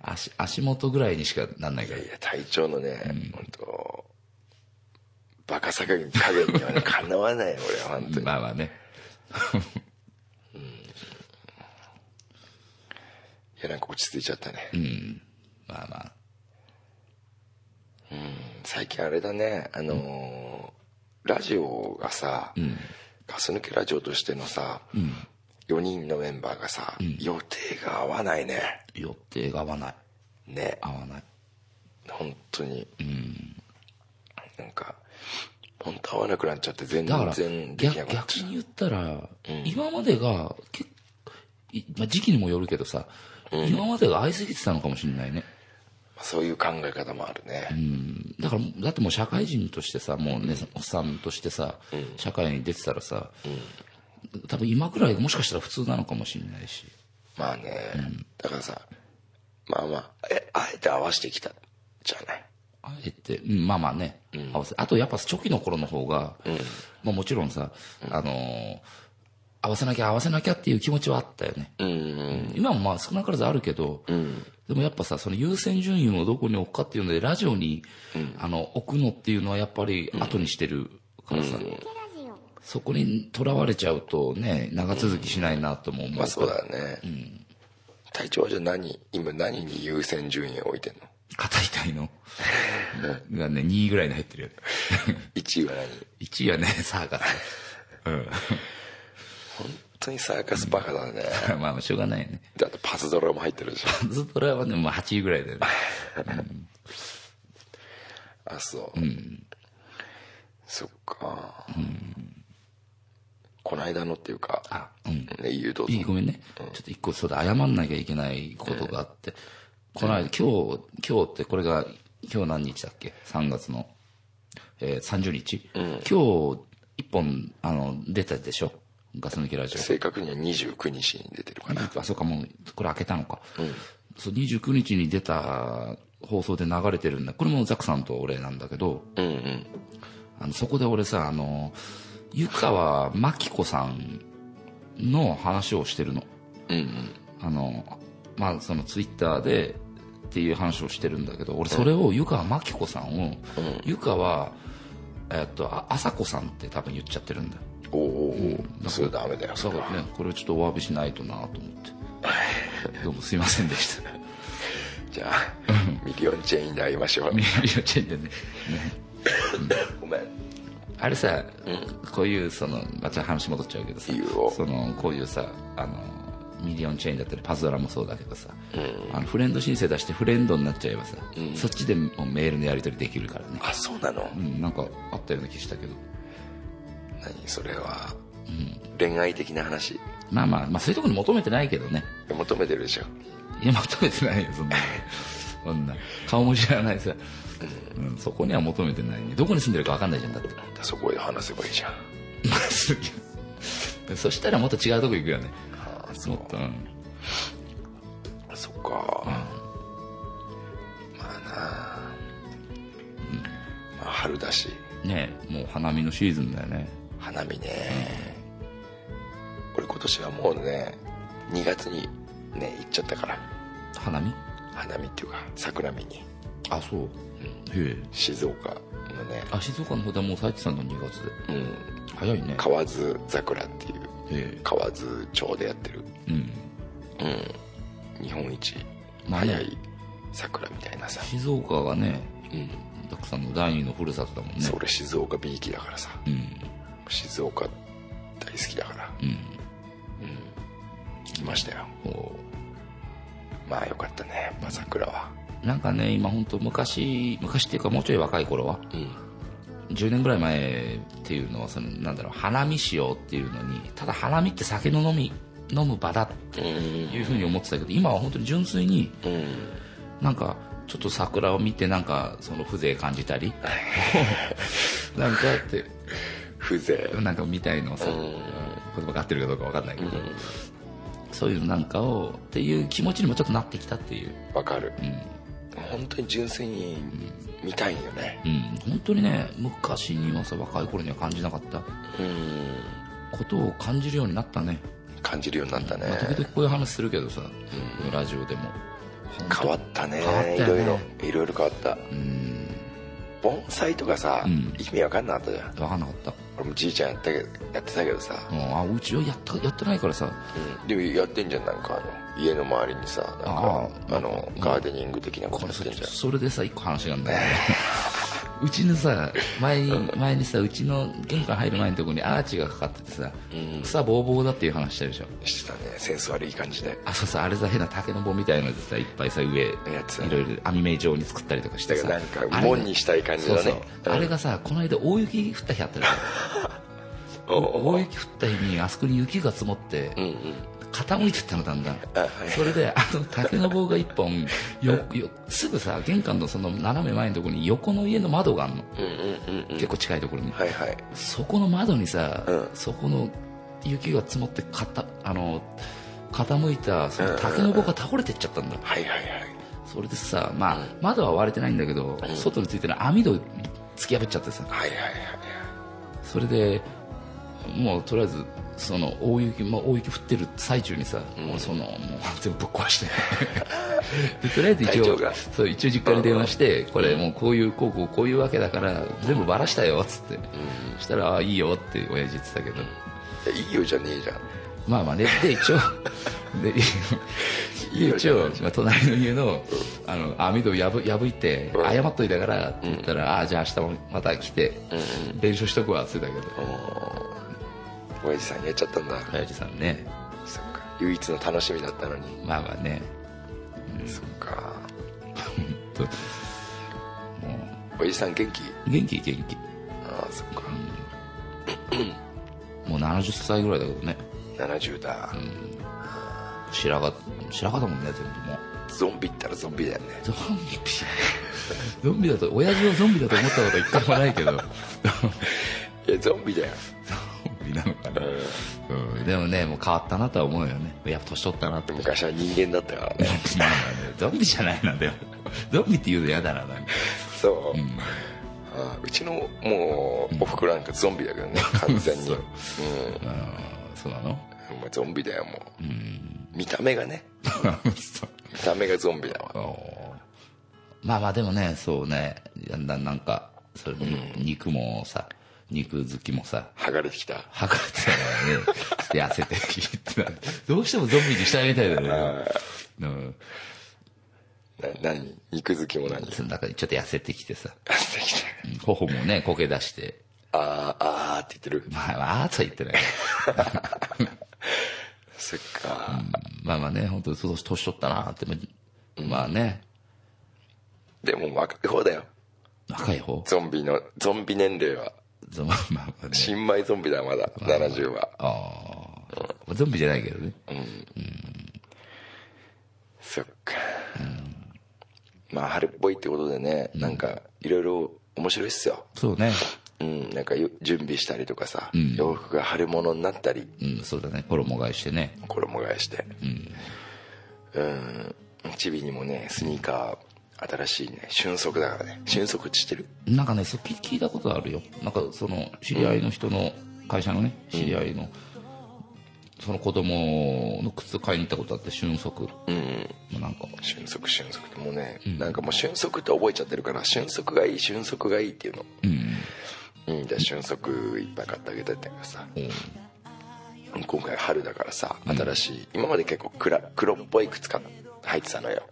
Speaker 4: 足足元ぐらいにしかなんないか
Speaker 3: い
Speaker 4: ら
Speaker 3: やいや体調のね、本当バカさ加減にはねかなわない俺 は本当に、
Speaker 4: まあまあね
Speaker 3: いやなんか落ち着いちゃったね、
Speaker 4: まあまあ
Speaker 3: 最近あれだねあのーラジオがさ、ガス抜けラジオとしてのさ、4人のメンバーがさ、予定が合わないね
Speaker 4: 予定が合わない
Speaker 3: ね
Speaker 4: 合わない
Speaker 3: 本当に、なんか本当合わなくなっちゃって全
Speaker 4: だから
Speaker 3: 然できな
Speaker 4: 逆
Speaker 3: くなっ
Speaker 4: 逆
Speaker 3: ちゃう
Speaker 4: に言ったら、今までがけいまあ、時期にもよるけどさ、今までが合いすぎてたのかもしれないね
Speaker 3: そういう考え方もあるね、
Speaker 4: だからだってもう社会人としてさもうねおっさんとしてさ社会に出てたらさ、多分今くらいもしかしたら普通なのかもしれないし
Speaker 3: まあね、だからさまあまあえあえて合わせてきたじゃない
Speaker 4: あえて、うんまあまあね、合わせあとやっぱ初期の頃の方が、まあ、もちろんさ、あのー合わせなきゃ合わせなきゃっていう気持ちはあったよね、
Speaker 3: うん
Speaker 4: 今もまあ少なからずあるけど、でもやっぱさその優先順位をどこに置くかっていうのでラジオに、あの置くのっていうのはやっぱり後にしてるからさ、そこにとらわれちゃうとね長続きしないなとも思うから、
Speaker 3: まあそうだね、隊長はじゃあ何今何に優先順位を置いてんの
Speaker 4: 硬い 体のがね2位ぐらいに入ってるよね
Speaker 3: 1位は何
Speaker 4: 1位はねサーカス うん
Speaker 3: 本当にサーカスバカだ ね、
Speaker 4: まあまあしょうがないよね
Speaker 3: だってパズドラも入ってるじゃん
Speaker 4: ずっとライブはね、まあ、8位ぐらいだよね。
Speaker 3: あそう、そっか、こないだのっていうか
Speaker 4: あ、うん。
Speaker 3: ね誘導
Speaker 4: いい、ごめんね。ちょっと一個、そうだ、謝んなきゃいけないことがあって、この間、今日、今日ってこれが、今日何日だっけ ?3 月の、えー、30日、今日、一本、あの、出たでしょガス抜きラジオ。
Speaker 3: 正確には29日に出てるかな
Speaker 4: あ、そうか、もう、これ開けたのか。そう、29日に出た放送で流れてるんだ。これもザクさんと俺なんだけど、
Speaker 3: うんうん
Speaker 4: あのそこで俺さあの湯川真紀子さんの話をしてるの
Speaker 3: うんうん
Speaker 4: あのまあそのツイッターでっていう話をしてるんだけど俺それを湯川真紀子さんを湯川えっとあ朝子さんって多分言っちゃってるんだよ
Speaker 3: おお、それダメだよ
Speaker 4: だ
Speaker 3: そ
Speaker 4: か
Speaker 3: れは
Speaker 4: らねこれをちょっとお詫びしないとなと思ってどうもすいませんでした
Speaker 3: じゃあミリオンチェインで会いましょう
Speaker 4: ミリオンチェーンでね
Speaker 3: ごめん
Speaker 4: あれさ、こういうそのまあちょっと話戻っちゃうけどさ
Speaker 3: いいよ
Speaker 4: そのこういうさあのミリオンチェーンだったりパズドラもそうだけどさ、あのフレンド申請出してフレンドになっちゃえばさ、そっちでもうメールのやり取りできるからね、
Speaker 3: あそうなの、
Speaker 4: うん、なんかあったような気したけど
Speaker 3: 何それは、恋愛的な話
Speaker 4: まあまあまあそういうところに求めてないけどね
Speaker 3: 求めてるでしょ
Speaker 4: いや求めてないよそんなそんな顔も知らないさ、うん、そこには求めてないねどこに住んでるか分かんないじゃんだって
Speaker 3: そこで話せばいいじゃん
Speaker 4: すげえ そしたらもっと違うとこ行くよね
Speaker 3: ああ
Speaker 4: もっと、うん
Speaker 3: そっか、まあなあ、まあ春だし
Speaker 4: ねもう花見のシーズンだよね
Speaker 3: 花見ね、俺今年はもうね2月にね行っちゃったから
Speaker 4: 花見
Speaker 3: 花見っていうか桜見に
Speaker 4: あそう、へえ
Speaker 3: 静岡のね、
Speaker 4: あ静岡の方ではもう咲いてたんだ2月で
Speaker 3: うん、
Speaker 4: 早いね
Speaker 3: 河津桜っていう
Speaker 4: え
Speaker 3: 河津町でやってる、
Speaker 4: えうん
Speaker 3: うん、日本一
Speaker 4: まあね
Speaker 3: 早い桜みたいなさ、
Speaker 4: 静岡がね
Speaker 3: うん、
Speaker 4: たくさんの第二のふるさとだもんね
Speaker 3: それ静岡びいきだからさ
Speaker 4: うん
Speaker 3: 静岡大好きだから
Speaker 4: うん
Speaker 3: 行きましたよ
Speaker 4: こ
Speaker 3: まあよかったね、まあ、桜は
Speaker 4: うなんかね今本当昔昔っていうかもうちょい若い頃は
Speaker 3: うん
Speaker 4: 10年ぐらい前っていうのはそのなんだろう花見しようっていうのにただ花見って酒の飲み飲む場だって
Speaker 3: うん
Speaker 4: いうふうに思ってたけど今は本当に純粋に
Speaker 3: うん
Speaker 4: なんかちょっと桜を見てなんかその風情感じたりなんかって
Speaker 3: 風情
Speaker 4: なんかみたいのをさ
Speaker 3: ん
Speaker 4: 言葉が合ってるかどうかわかんないけどそういうのなんかをっていう気持ちにもちょっとなってきたっていう
Speaker 3: わかる、本当に純粋に見たいよね
Speaker 4: うん本当にね昔にはさ若い頃には感じなかった
Speaker 3: うん
Speaker 4: ことを感じるようになったね
Speaker 3: 感じるようになったね
Speaker 4: まあ時々こういう話するけどさこのラジオでも
Speaker 3: 変わったね
Speaker 4: 変わったよね
Speaker 3: いろいろいろいろ変わった
Speaker 4: うん
Speaker 3: 盆栽とかさ、
Speaker 4: ん
Speaker 3: 意味わかんなかったじゃん
Speaker 4: 分かんなかった
Speaker 3: 俺もじいちゃんやったけどやってたけどさ、
Speaker 4: うんあうちはやったやってないからさ
Speaker 3: うんでもやってんじゃんなんかあの家の周りにさなんか
Speaker 4: あ
Speaker 3: あ
Speaker 4: ー
Speaker 3: のガーデニング的なこ
Speaker 4: ことれ
Speaker 3: やってんじゃん
Speaker 4: それでさ一個話があるんだけどうちのさ前に前にさうちの玄関入る前のとこにアーチがかかっててさ、草ぼうぼうだっていう話したでしょ
Speaker 3: してたねセンス悪い感じで
Speaker 4: あそうさあれさ変な竹の棒みたいのでさいっぱいさ上い
Speaker 3: やつだね
Speaker 4: ろいろ網目状に作ったりとかして
Speaker 3: だか
Speaker 4: さ
Speaker 3: らなんか
Speaker 4: あれ
Speaker 3: 門にしたい感じ
Speaker 4: そう
Speaker 3: だ
Speaker 4: そう
Speaker 3: ね、
Speaker 4: あれがさこの間大雪降った日あったでしょ
Speaker 3: おうおう
Speaker 4: 大雪降った日にあそこに雪が積もって、
Speaker 3: うんうん
Speaker 4: 傾いてったのだんだん
Speaker 3: あはい
Speaker 4: それであの竹の棒が一 本よよすぐさ玄関のその斜め前のところに横の家の窓があるの
Speaker 3: うんうんうんうん
Speaker 4: 結構近いところに
Speaker 3: はいはい
Speaker 4: そこの窓にさ、
Speaker 3: うん
Speaker 4: そこの雪が積もってかたあの傾いたその竹の棒が倒れてっちゃったんだ
Speaker 3: はいはいはい
Speaker 4: それでさ、まあ、窓は割れてないんだけど、外についてる網戸突き破っちゃってさ
Speaker 3: はいはいはい
Speaker 4: それでもうとりあえずその大雪、まあ、大雪降ってる最中にさ、もうそのもう全部ぶっ壊して でとりあえず一
Speaker 3: 体調
Speaker 4: 応
Speaker 3: が
Speaker 4: そう一応実家に電話して、これもうこういうこうこうこういうわけだから全部バラしたよっつって、そしたらああいいよって親父言ってたけど、
Speaker 3: いやいいよじゃねえじゃん
Speaker 4: まあまあねで一応 で
Speaker 3: いいよ
Speaker 4: 一応、まあ、隣の家のあの網戸を破破いて
Speaker 3: うん
Speaker 4: 謝っといたからって言ったら、ああじゃあ明日もまた来て練習しとくわって言ってたけど、
Speaker 3: 親父さんやっちゃったんだ
Speaker 4: 親父さんね
Speaker 3: そっか唯一の楽しみだったのに
Speaker 4: まあまあね
Speaker 3: そっか
Speaker 4: とも
Speaker 3: 親父さん元気
Speaker 4: う元気元気
Speaker 3: ああそっか
Speaker 4: もう70歳ぐらいだけどね
Speaker 3: 70だ
Speaker 4: 白髪白髪だもんね全部もう
Speaker 3: ゾンビったらゾンビだよね
Speaker 4: ゾンビゾンビだ と親父をゾンビだと思ったこと一回もないけど ゾ
Speaker 3: いやゾンビだよ
Speaker 4: ンビなのかなうん、でもねもう変わったなとは思うよねやっぱ年取ったなって
Speaker 3: 昔は人間だったからね
Speaker 4: まあまあねゾンビじゃないなでもゾンビって言うと嫌だななんか
Speaker 3: そう、ああうちのもうおふくろなんかゾンビだけどね完全にう
Speaker 4: そうんうんそうなの
Speaker 3: お前ゾンビだよもう
Speaker 4: うん
Speaker 3: 見た目が ね
Speaker 4: そう
Speaker 3: 見た目がゾンビだわ
Speaker 4: おーまあまあでもねそうねだんだんなんかそれに肉もさ肉好きもさ
Speaker 3: 剥がれてきた
Speaker 4: 測ってたからねちょっと痩せてきてなどうしてもゾンビにしたいみたいだねうん
Speaker 3: な何肉好きも何
Speaker 4: その中でちょっと痩せてきてさ
Speaker 3: き
Speaker 4: うん頬もねこけ出して
Speaker 3: たああああって言ってる
Speaker 4: まあまあとは言ってない
Speaker 3: そっか、
Speaker 4: まあまあね、本当そう年取ったなって、まあまあね、
Speaker 3: でも若い方だよ
Speaker 4: 若い方
Speaker 3: ゾンビのゾンビ年齢は
Speaker 4: ゾンまあまあね。
Speaker 3: 新米ゾンビだよまだ70は
Speaker 4: ああ。ゾンビじゃないけどね。
Speaker 3: そっか、まあ春っぽいってことでねなんかいろいろ面白いっすよ
Speaker 4: そうね。
Speaker 3: うん、なんかよ準備したりとかさ、洋服が春物になったり
Speaker 4: うん、そうだね。衣替えしてね。
Speaker 3: 衣替えしてうんチビにもねスニーカー新しいね瞬足だからね瞬足知ってる
Speaker 4: なんかね、そう聞聞いたことあるよ。なんかその、知り合いの人の、会社のね、知り合いの、その子供の靴買いに行ったことあって、瞬足。
Speaker 3: うん
Speaker 4: なんか、
Speaker 3: 瞬足瞬足ってもうね、なんかもう瞬足って覚えちゃってるから瞬足がいい瞬足がいいっていうの
Speaker 4: うん。
Speaker 3: うんじゃあ瞬足いっぱい買ってあげたいんだけどさ
Speaker 4: おう
Speaker 3: 今回春だからさ新しい、今まで結構暗黒っぽい靴買っ履いてたのよ、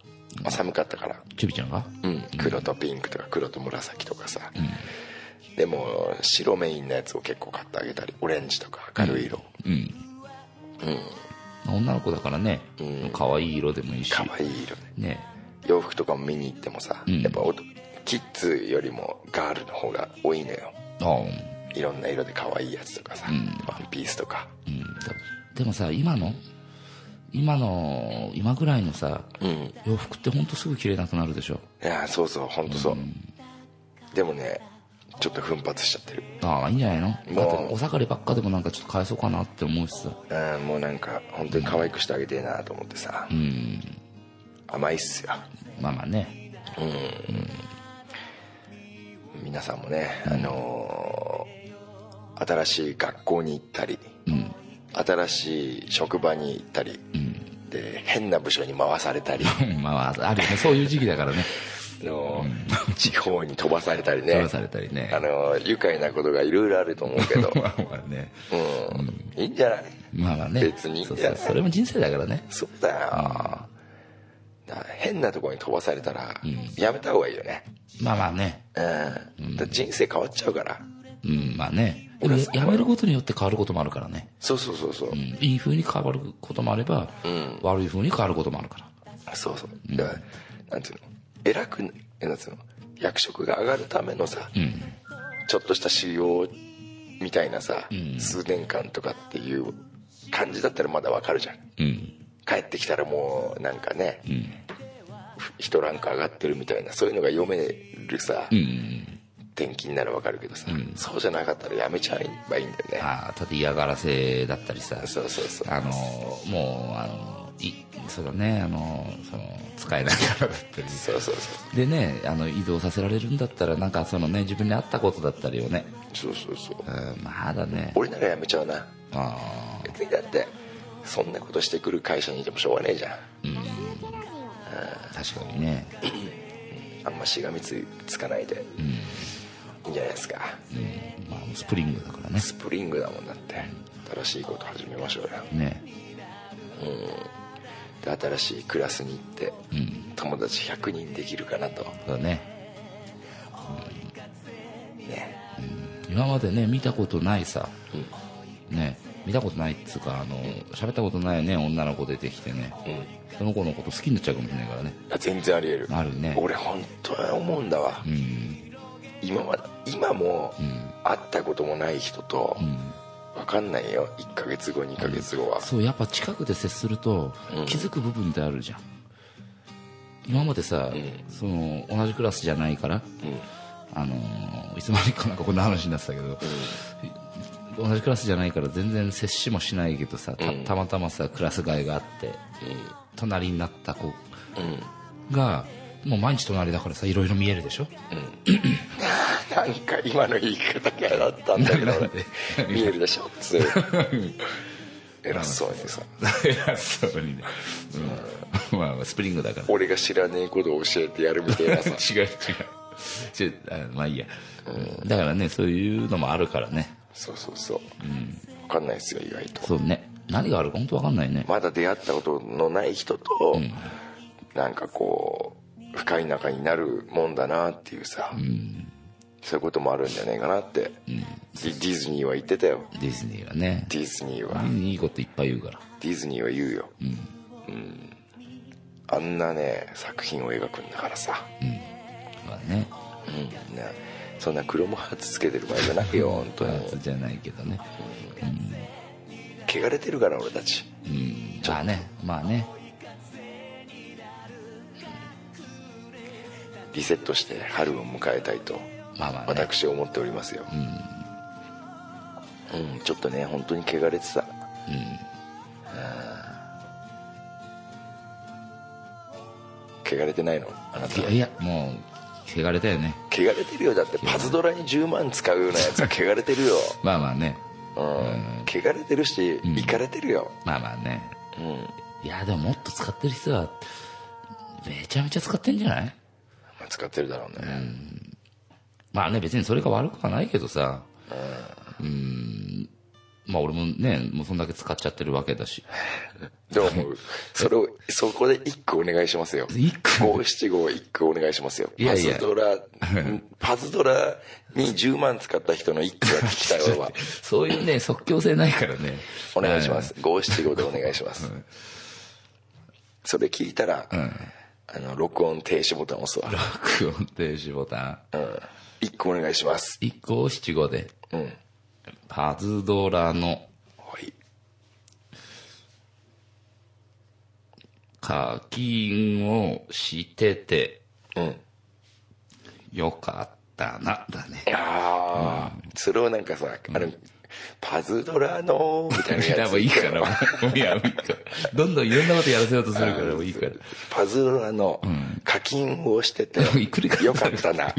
Speaker 3: まあ寒かったから
Speaker 4: ちびちゃんが
Speaker 3: うん、黒とピンクとか黒と紫とかさ、でも白メインのやつを結構買ってあげたりオレンジとか明るい色、
Speaker 4: うん。女の子だからね、可愛い色でもいいし。
Speaker 3: 可愛い色ね
Speaker 4: ね。
Speaker 3: 洋服とかも見に行ってもさ、
Speaker 4: ん
Speaker 3: やっぱおキッズよりもガールの方が多いのよ
Speaker 4: ああ。
Speaker 3: いろんな色で可愛いやつとかさ、ワンピースとか
Speaker 4: うんだでもさ今の今の今ぐらいのさ、
Speaker 3: ん
Speaker 4: 洋服ってほんとすぐ着れなくなるでしょ
Speaker 3: いやーそうそうほんとそう、でもねちょっと奮発しちゃってる
Speaker 4: ああいいんじゃないの
Speaker 3: ま
Speaker 4: だ
Speaker 3: あ
Speaker 4: ってお下がりばっかでもなんかちょっと返そうかなって思うしさ
Speaker 3: うんもうなんか本当に可愛くしてあげてえなと思ってさ、
Speaker 4: うん
Speaker 3: 甘いっすよ
Speaker 4: まあまあね
Speaker 3: 皆さんもね、あのー新しい学校に行ったり、新しい職場に行ったり、で変な部署に回された り、
Speaker 4: うんまあまああるよねそういう時期だからね
Speaker 3: あのー地方に飛ばされたりね
Speaker 4: 飛ばされたりね
Speaker 3: あのー愉快なことがいろいろあると思うけ ど、
Speaker 4: まあまあね
Speaker 3: うん、いいんじゃない
Speaker 4: まあまあね
Speaker 3: 別に
Speaker 4: そうそうそれも人生だからね
Speaker 3: そうだよだから変なとこに飛ばされたら、やめた方がいいよね、
Speaker 4: まあまあね
Speaker 3: うん、だって人生変わっちゃうから
Speaker 4: うんまあねでもややめることによって変わることもあるからね、
Speaker 3: そうそうそうそう、
Speaker 4: うん、いい風に変わることもあれば、悪い風に変わることもあるから
Speaker 3: そうそうだからなんていうの偉くなえなんていうの役職が上がるためのさ、ちょっとした修行みたいなさ、数年間とかっていう感じだったらまだわかるじゃん
Speaker 4: うん
Speaker 3: 帰ってきたらもうなんかね、一ランク上がってるみたいなそういうのが読めるさ、
Speaker 4: うんうん
Speaker 3: 転勤ならわかるけどさ、そうじゃなかったらやめちゃえばいいんだよね、
Speaker 4: ああただ嫌がらせだったりさ
Speaker 3: そうそうそう
Speaker 4: あのもうあのいそうだねあのその使えないからだったり
Speaker 3: そうそうそ
Speaker 4: でねあの移動させられるんだったらなんかそのね自分に合ったことだったりをね
Speaker 3: うそうそうそう
Speaker 4: うんまだね
Speaker 3: 俺ならやめちゃうな
Speaker 4: あ
Speaker 3: 別にだってそんなことしてくる会社にいてもしょうがねえじゃん
Speaker 4: あ確かにね
Speaker 3: あんましがみつつかないで、いいんじゃないですか
Speaker 4: まあスプリングだからね
Speaker 3: スプリングだもんだって新しいこと始めましょうよ
Speaker 4: ね
Speaker 3: で新しいクラスに行って、友達100人できるかなと
Speaker 4: そうだね
Speaker 3: ね
Speaker 4: 今までね見たことないさ、ね見たことないっつうかあの喋ったことないね女の子出てきてね、その子のこと好きになっちゃうかもしれないからね
Speaker 3: あ全然ありえる
Speaker 4: あるね
Speaker 3: 俺本当に思うんだわ、
Speaker 4: うん
Speaker 3: 今まで今も
Speaker 4: ん
Speaker 3: 会ったこともない人と、
Speaker 4: うん
Speaker 3: 分かんないよ1ヶ月後2ヶ月後は、
Speaker 4: そうやっぱ近くで接すると
Speaker 3: うん
Speaker 4: 気づく部分ってあるじゃん、今までさ、
Speaker 3: ん
Speaker 4: その同じクラスじゃないから、
Speaker 3: うん
Speaker 4: あのーいつまにかなんかこんな話になってたけど、同じクラスじゃないから全然接しもしないけどさた
Speaker 3: うん
Speaker 4: たまたまさクラス替えがあって隣になった子
Speaker 3: うんうん
Speaker 4: がもう毎日隣だからさい ろいろ見えるでしょ
Speaker 3: なんか今の言い方嫌だったんだけど
Speaker 4: なんで
Speaker 3: 俺見えるでしょっ つう偉そうにさ
Speaker 4: 偉そうにね、うんまあまあスプリングだから
Speaker 3: 俺が知らねえことを教えてやるみたいなさ
Speaker 4: 違う違う ちょあまあいいや、うんだからねそういうのもあるからね
Speaker 3: そうそうそう、分かんないですよ意外と
Speaker 4: そうね何があるか本当わかんないね
Speaker 3: まだ出会ったことのない人と、なんかこう深い仲になるもんだなっていうさ、そういうこともあるんじゃないかなって、ディディズニーは言ってたよ
Speaker 4: ディズニーがね
Speaker 3: ディズニーは、
Speaker 4: いいこといっぱい言うから
Speaker 3: ディズニーは言うよ、うんあんなね作品を描くんだからさ、
Speaker 4: まあね
Speaker 3: うんなそんな黒もハーツつけてる場合じゃなくよ本当に
Speaker 4: パーツじゃないけどね
Speaker 3: 汚れてるから俺たち
Speaker 4: うんまあねまあね
Speaker 3: リセットして春を迎えたいと
Speaker 4: まあまあね
Speaker 3: 私は思っておりますよ、うんちょっとね本当に汚れてたうん汚れてないのあなた
Speaker 4: いやもう汚れたよね
Speaker 3: 汚れてるよだってパズドラに10万使うようなや つは汚れてるよ、
Speaker 4: まあまあね
Speaker 3: うん、汚れてるしいかれてるよ、
Speaker 4: まあまあね
Speaker 3: うん
Speaker 4: いやでももっと使ってる人はめちゃめちゃ使ってんじゃない
Speaker 3: まあ使ってるだろうね、
Speaker 4: まあね別にそれが悪くはないけどさうんまあ俺もねもうそんだけ使っちゃってるわけだし
Speaker 3: どう思うそれをそこで一句お願いしますよ
Speaker 4: 一句
Speaker 3: 五七五一句お願いしますよ
Speaker 4: いやいや
Speaker 3: パズドラ うんパズドラに10万使った人の一句が聞きたい俺 は
Speaker 4: そういうね即興性ないからね
Speaker 3: お願いします五七五でお願いします、それ聞いたら、あの録音停止ボタン押すわ
Speaker 4: 録音停止ボタ
Speaker 3: う
Speaker 4: ン
Speaker 3: ん一句お願いします
Speaker 4: 1個を七五で
Speaker 3: うん
Speaker 4: パズドラの
Speaker 3: はい
Speaker 4: 課金をしてて
Speaker 3: うん
Speaker 4: よかったなだね
Speaker 3: ああ、それをなんかさ、あの、パズドラのみたいなや
Speaker 4: 多
Speaker 3: つ。
Speaker 4: 分いいからもうもういやもういいからどんどんいろんなことやらせようとするからもういいから
Speaker 3: パズドラの課金をして て、
Speaker 4: 繰り返さ
Speaker 3: よかったな。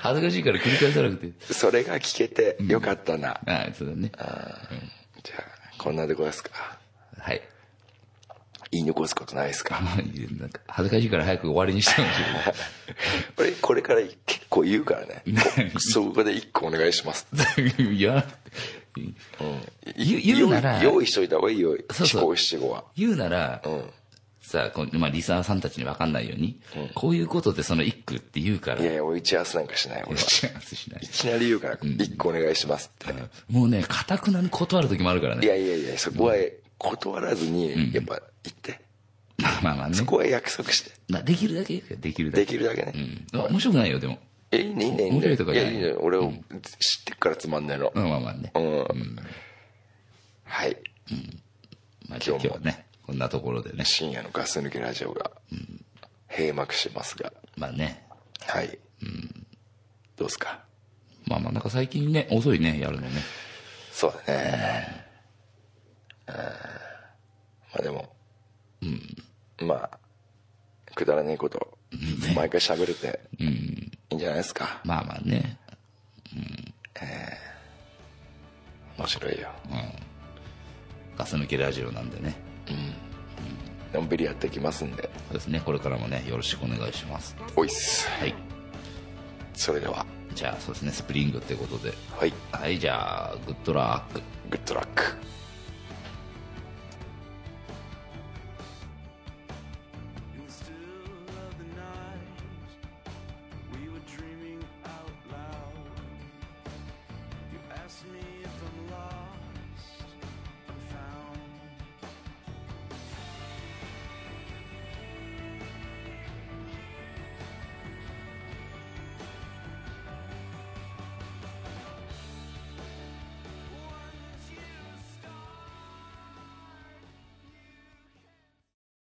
Speaker 4: 恥ずかしいから繰り返さなくて
Speaker 3: それが聞けてよかったな。
Speaker 4: ああそうだね
Speaker 3: じゃあ、こんなとこですか。
Speaker 4: はい
Speaker 3: 言い残すことないですか。
Speaker 4: まあいいなんか恥ずかしいから早く終わりにしたかもしれない
Speaker 3: 俺、これから結構言うから ね。こそこで一個お願いします。
Speaker 4: 言わなくて言う言うなら
Speaker 3: 用意用意しといた方がいいよ。
Speaker 4: そ
Speaker 3: 四
Speaker 4: うそう
Speaker 3: 五七五は。
Speaker 4: 言うなら、
Speaker 3: ん
Speaker 4: さあこう、まあ、リスナーさんたちに分かんないように、こういうことでその一句って言うから
Speaker 3: い やいや、俺打ち合わせなんかしない、俺は。
Speaker 4: チャンスしない
Speaker 3: いきなり言うから、一個お願いしますって。
Speaker 4: もうねかたくなに断る時もあるから
Speaker 3: い
Speaker 4: ね
Speaker 3: やいやいや、そこは断らずに、やっぱ言って。
Speaker 4: ま あまあまあね
Speaker 3: そこは約束して。
Speaker 4: まあできるだけ言うからできるだ
Speaker 3: で
Speaker 4: け
Speaker 3: きるだけね。
Speaker 4: うんあ面白くないよでも
Speaker 3: え、いいね、いいね、いい
Speaker 4: 面白
Speaker 3: ね。
Speaker 4: いとか
Speaker 3: い
Speaker 4: じゃ
Speaker 3: や、
Speaker 4: ない
Speaker 3: いいね。俺を知ってっからつまんないの。
Speaker 4: まあまあまあね
Speaker 3: うん。はい。
Speaker 4: まあ、じゃあ今日はねこんなところでね
Speaker 3: 深夜のガス抜けラジオが閉幕しますが
Speaker 4: まあね
Speaker 3: はい、どうですか
Speaker 4: まあまあなんか最近ね遅いねやるのね
Speaker 3: そうだねうんまあでもまあくだらねえこと毎回喋れていいんじゃないですか
Speaker 4: まあまあね
Speaker 3: 面白いよ
Speaker 4: ガス抜けラジオなんでね
Speaker 3: のんびりやっていきますんで
Speaker 4: そうですねこれからもねよろしくお願いします
Speaker 3: おいっす
Speaker 4: はい
Speaker 3: それでは
Speaker 4: じゃあそうですねスプリングってことで
Speaker 3: はい
Speaker 4: はいじゃあグッドラック
Speaker 3: グッドラック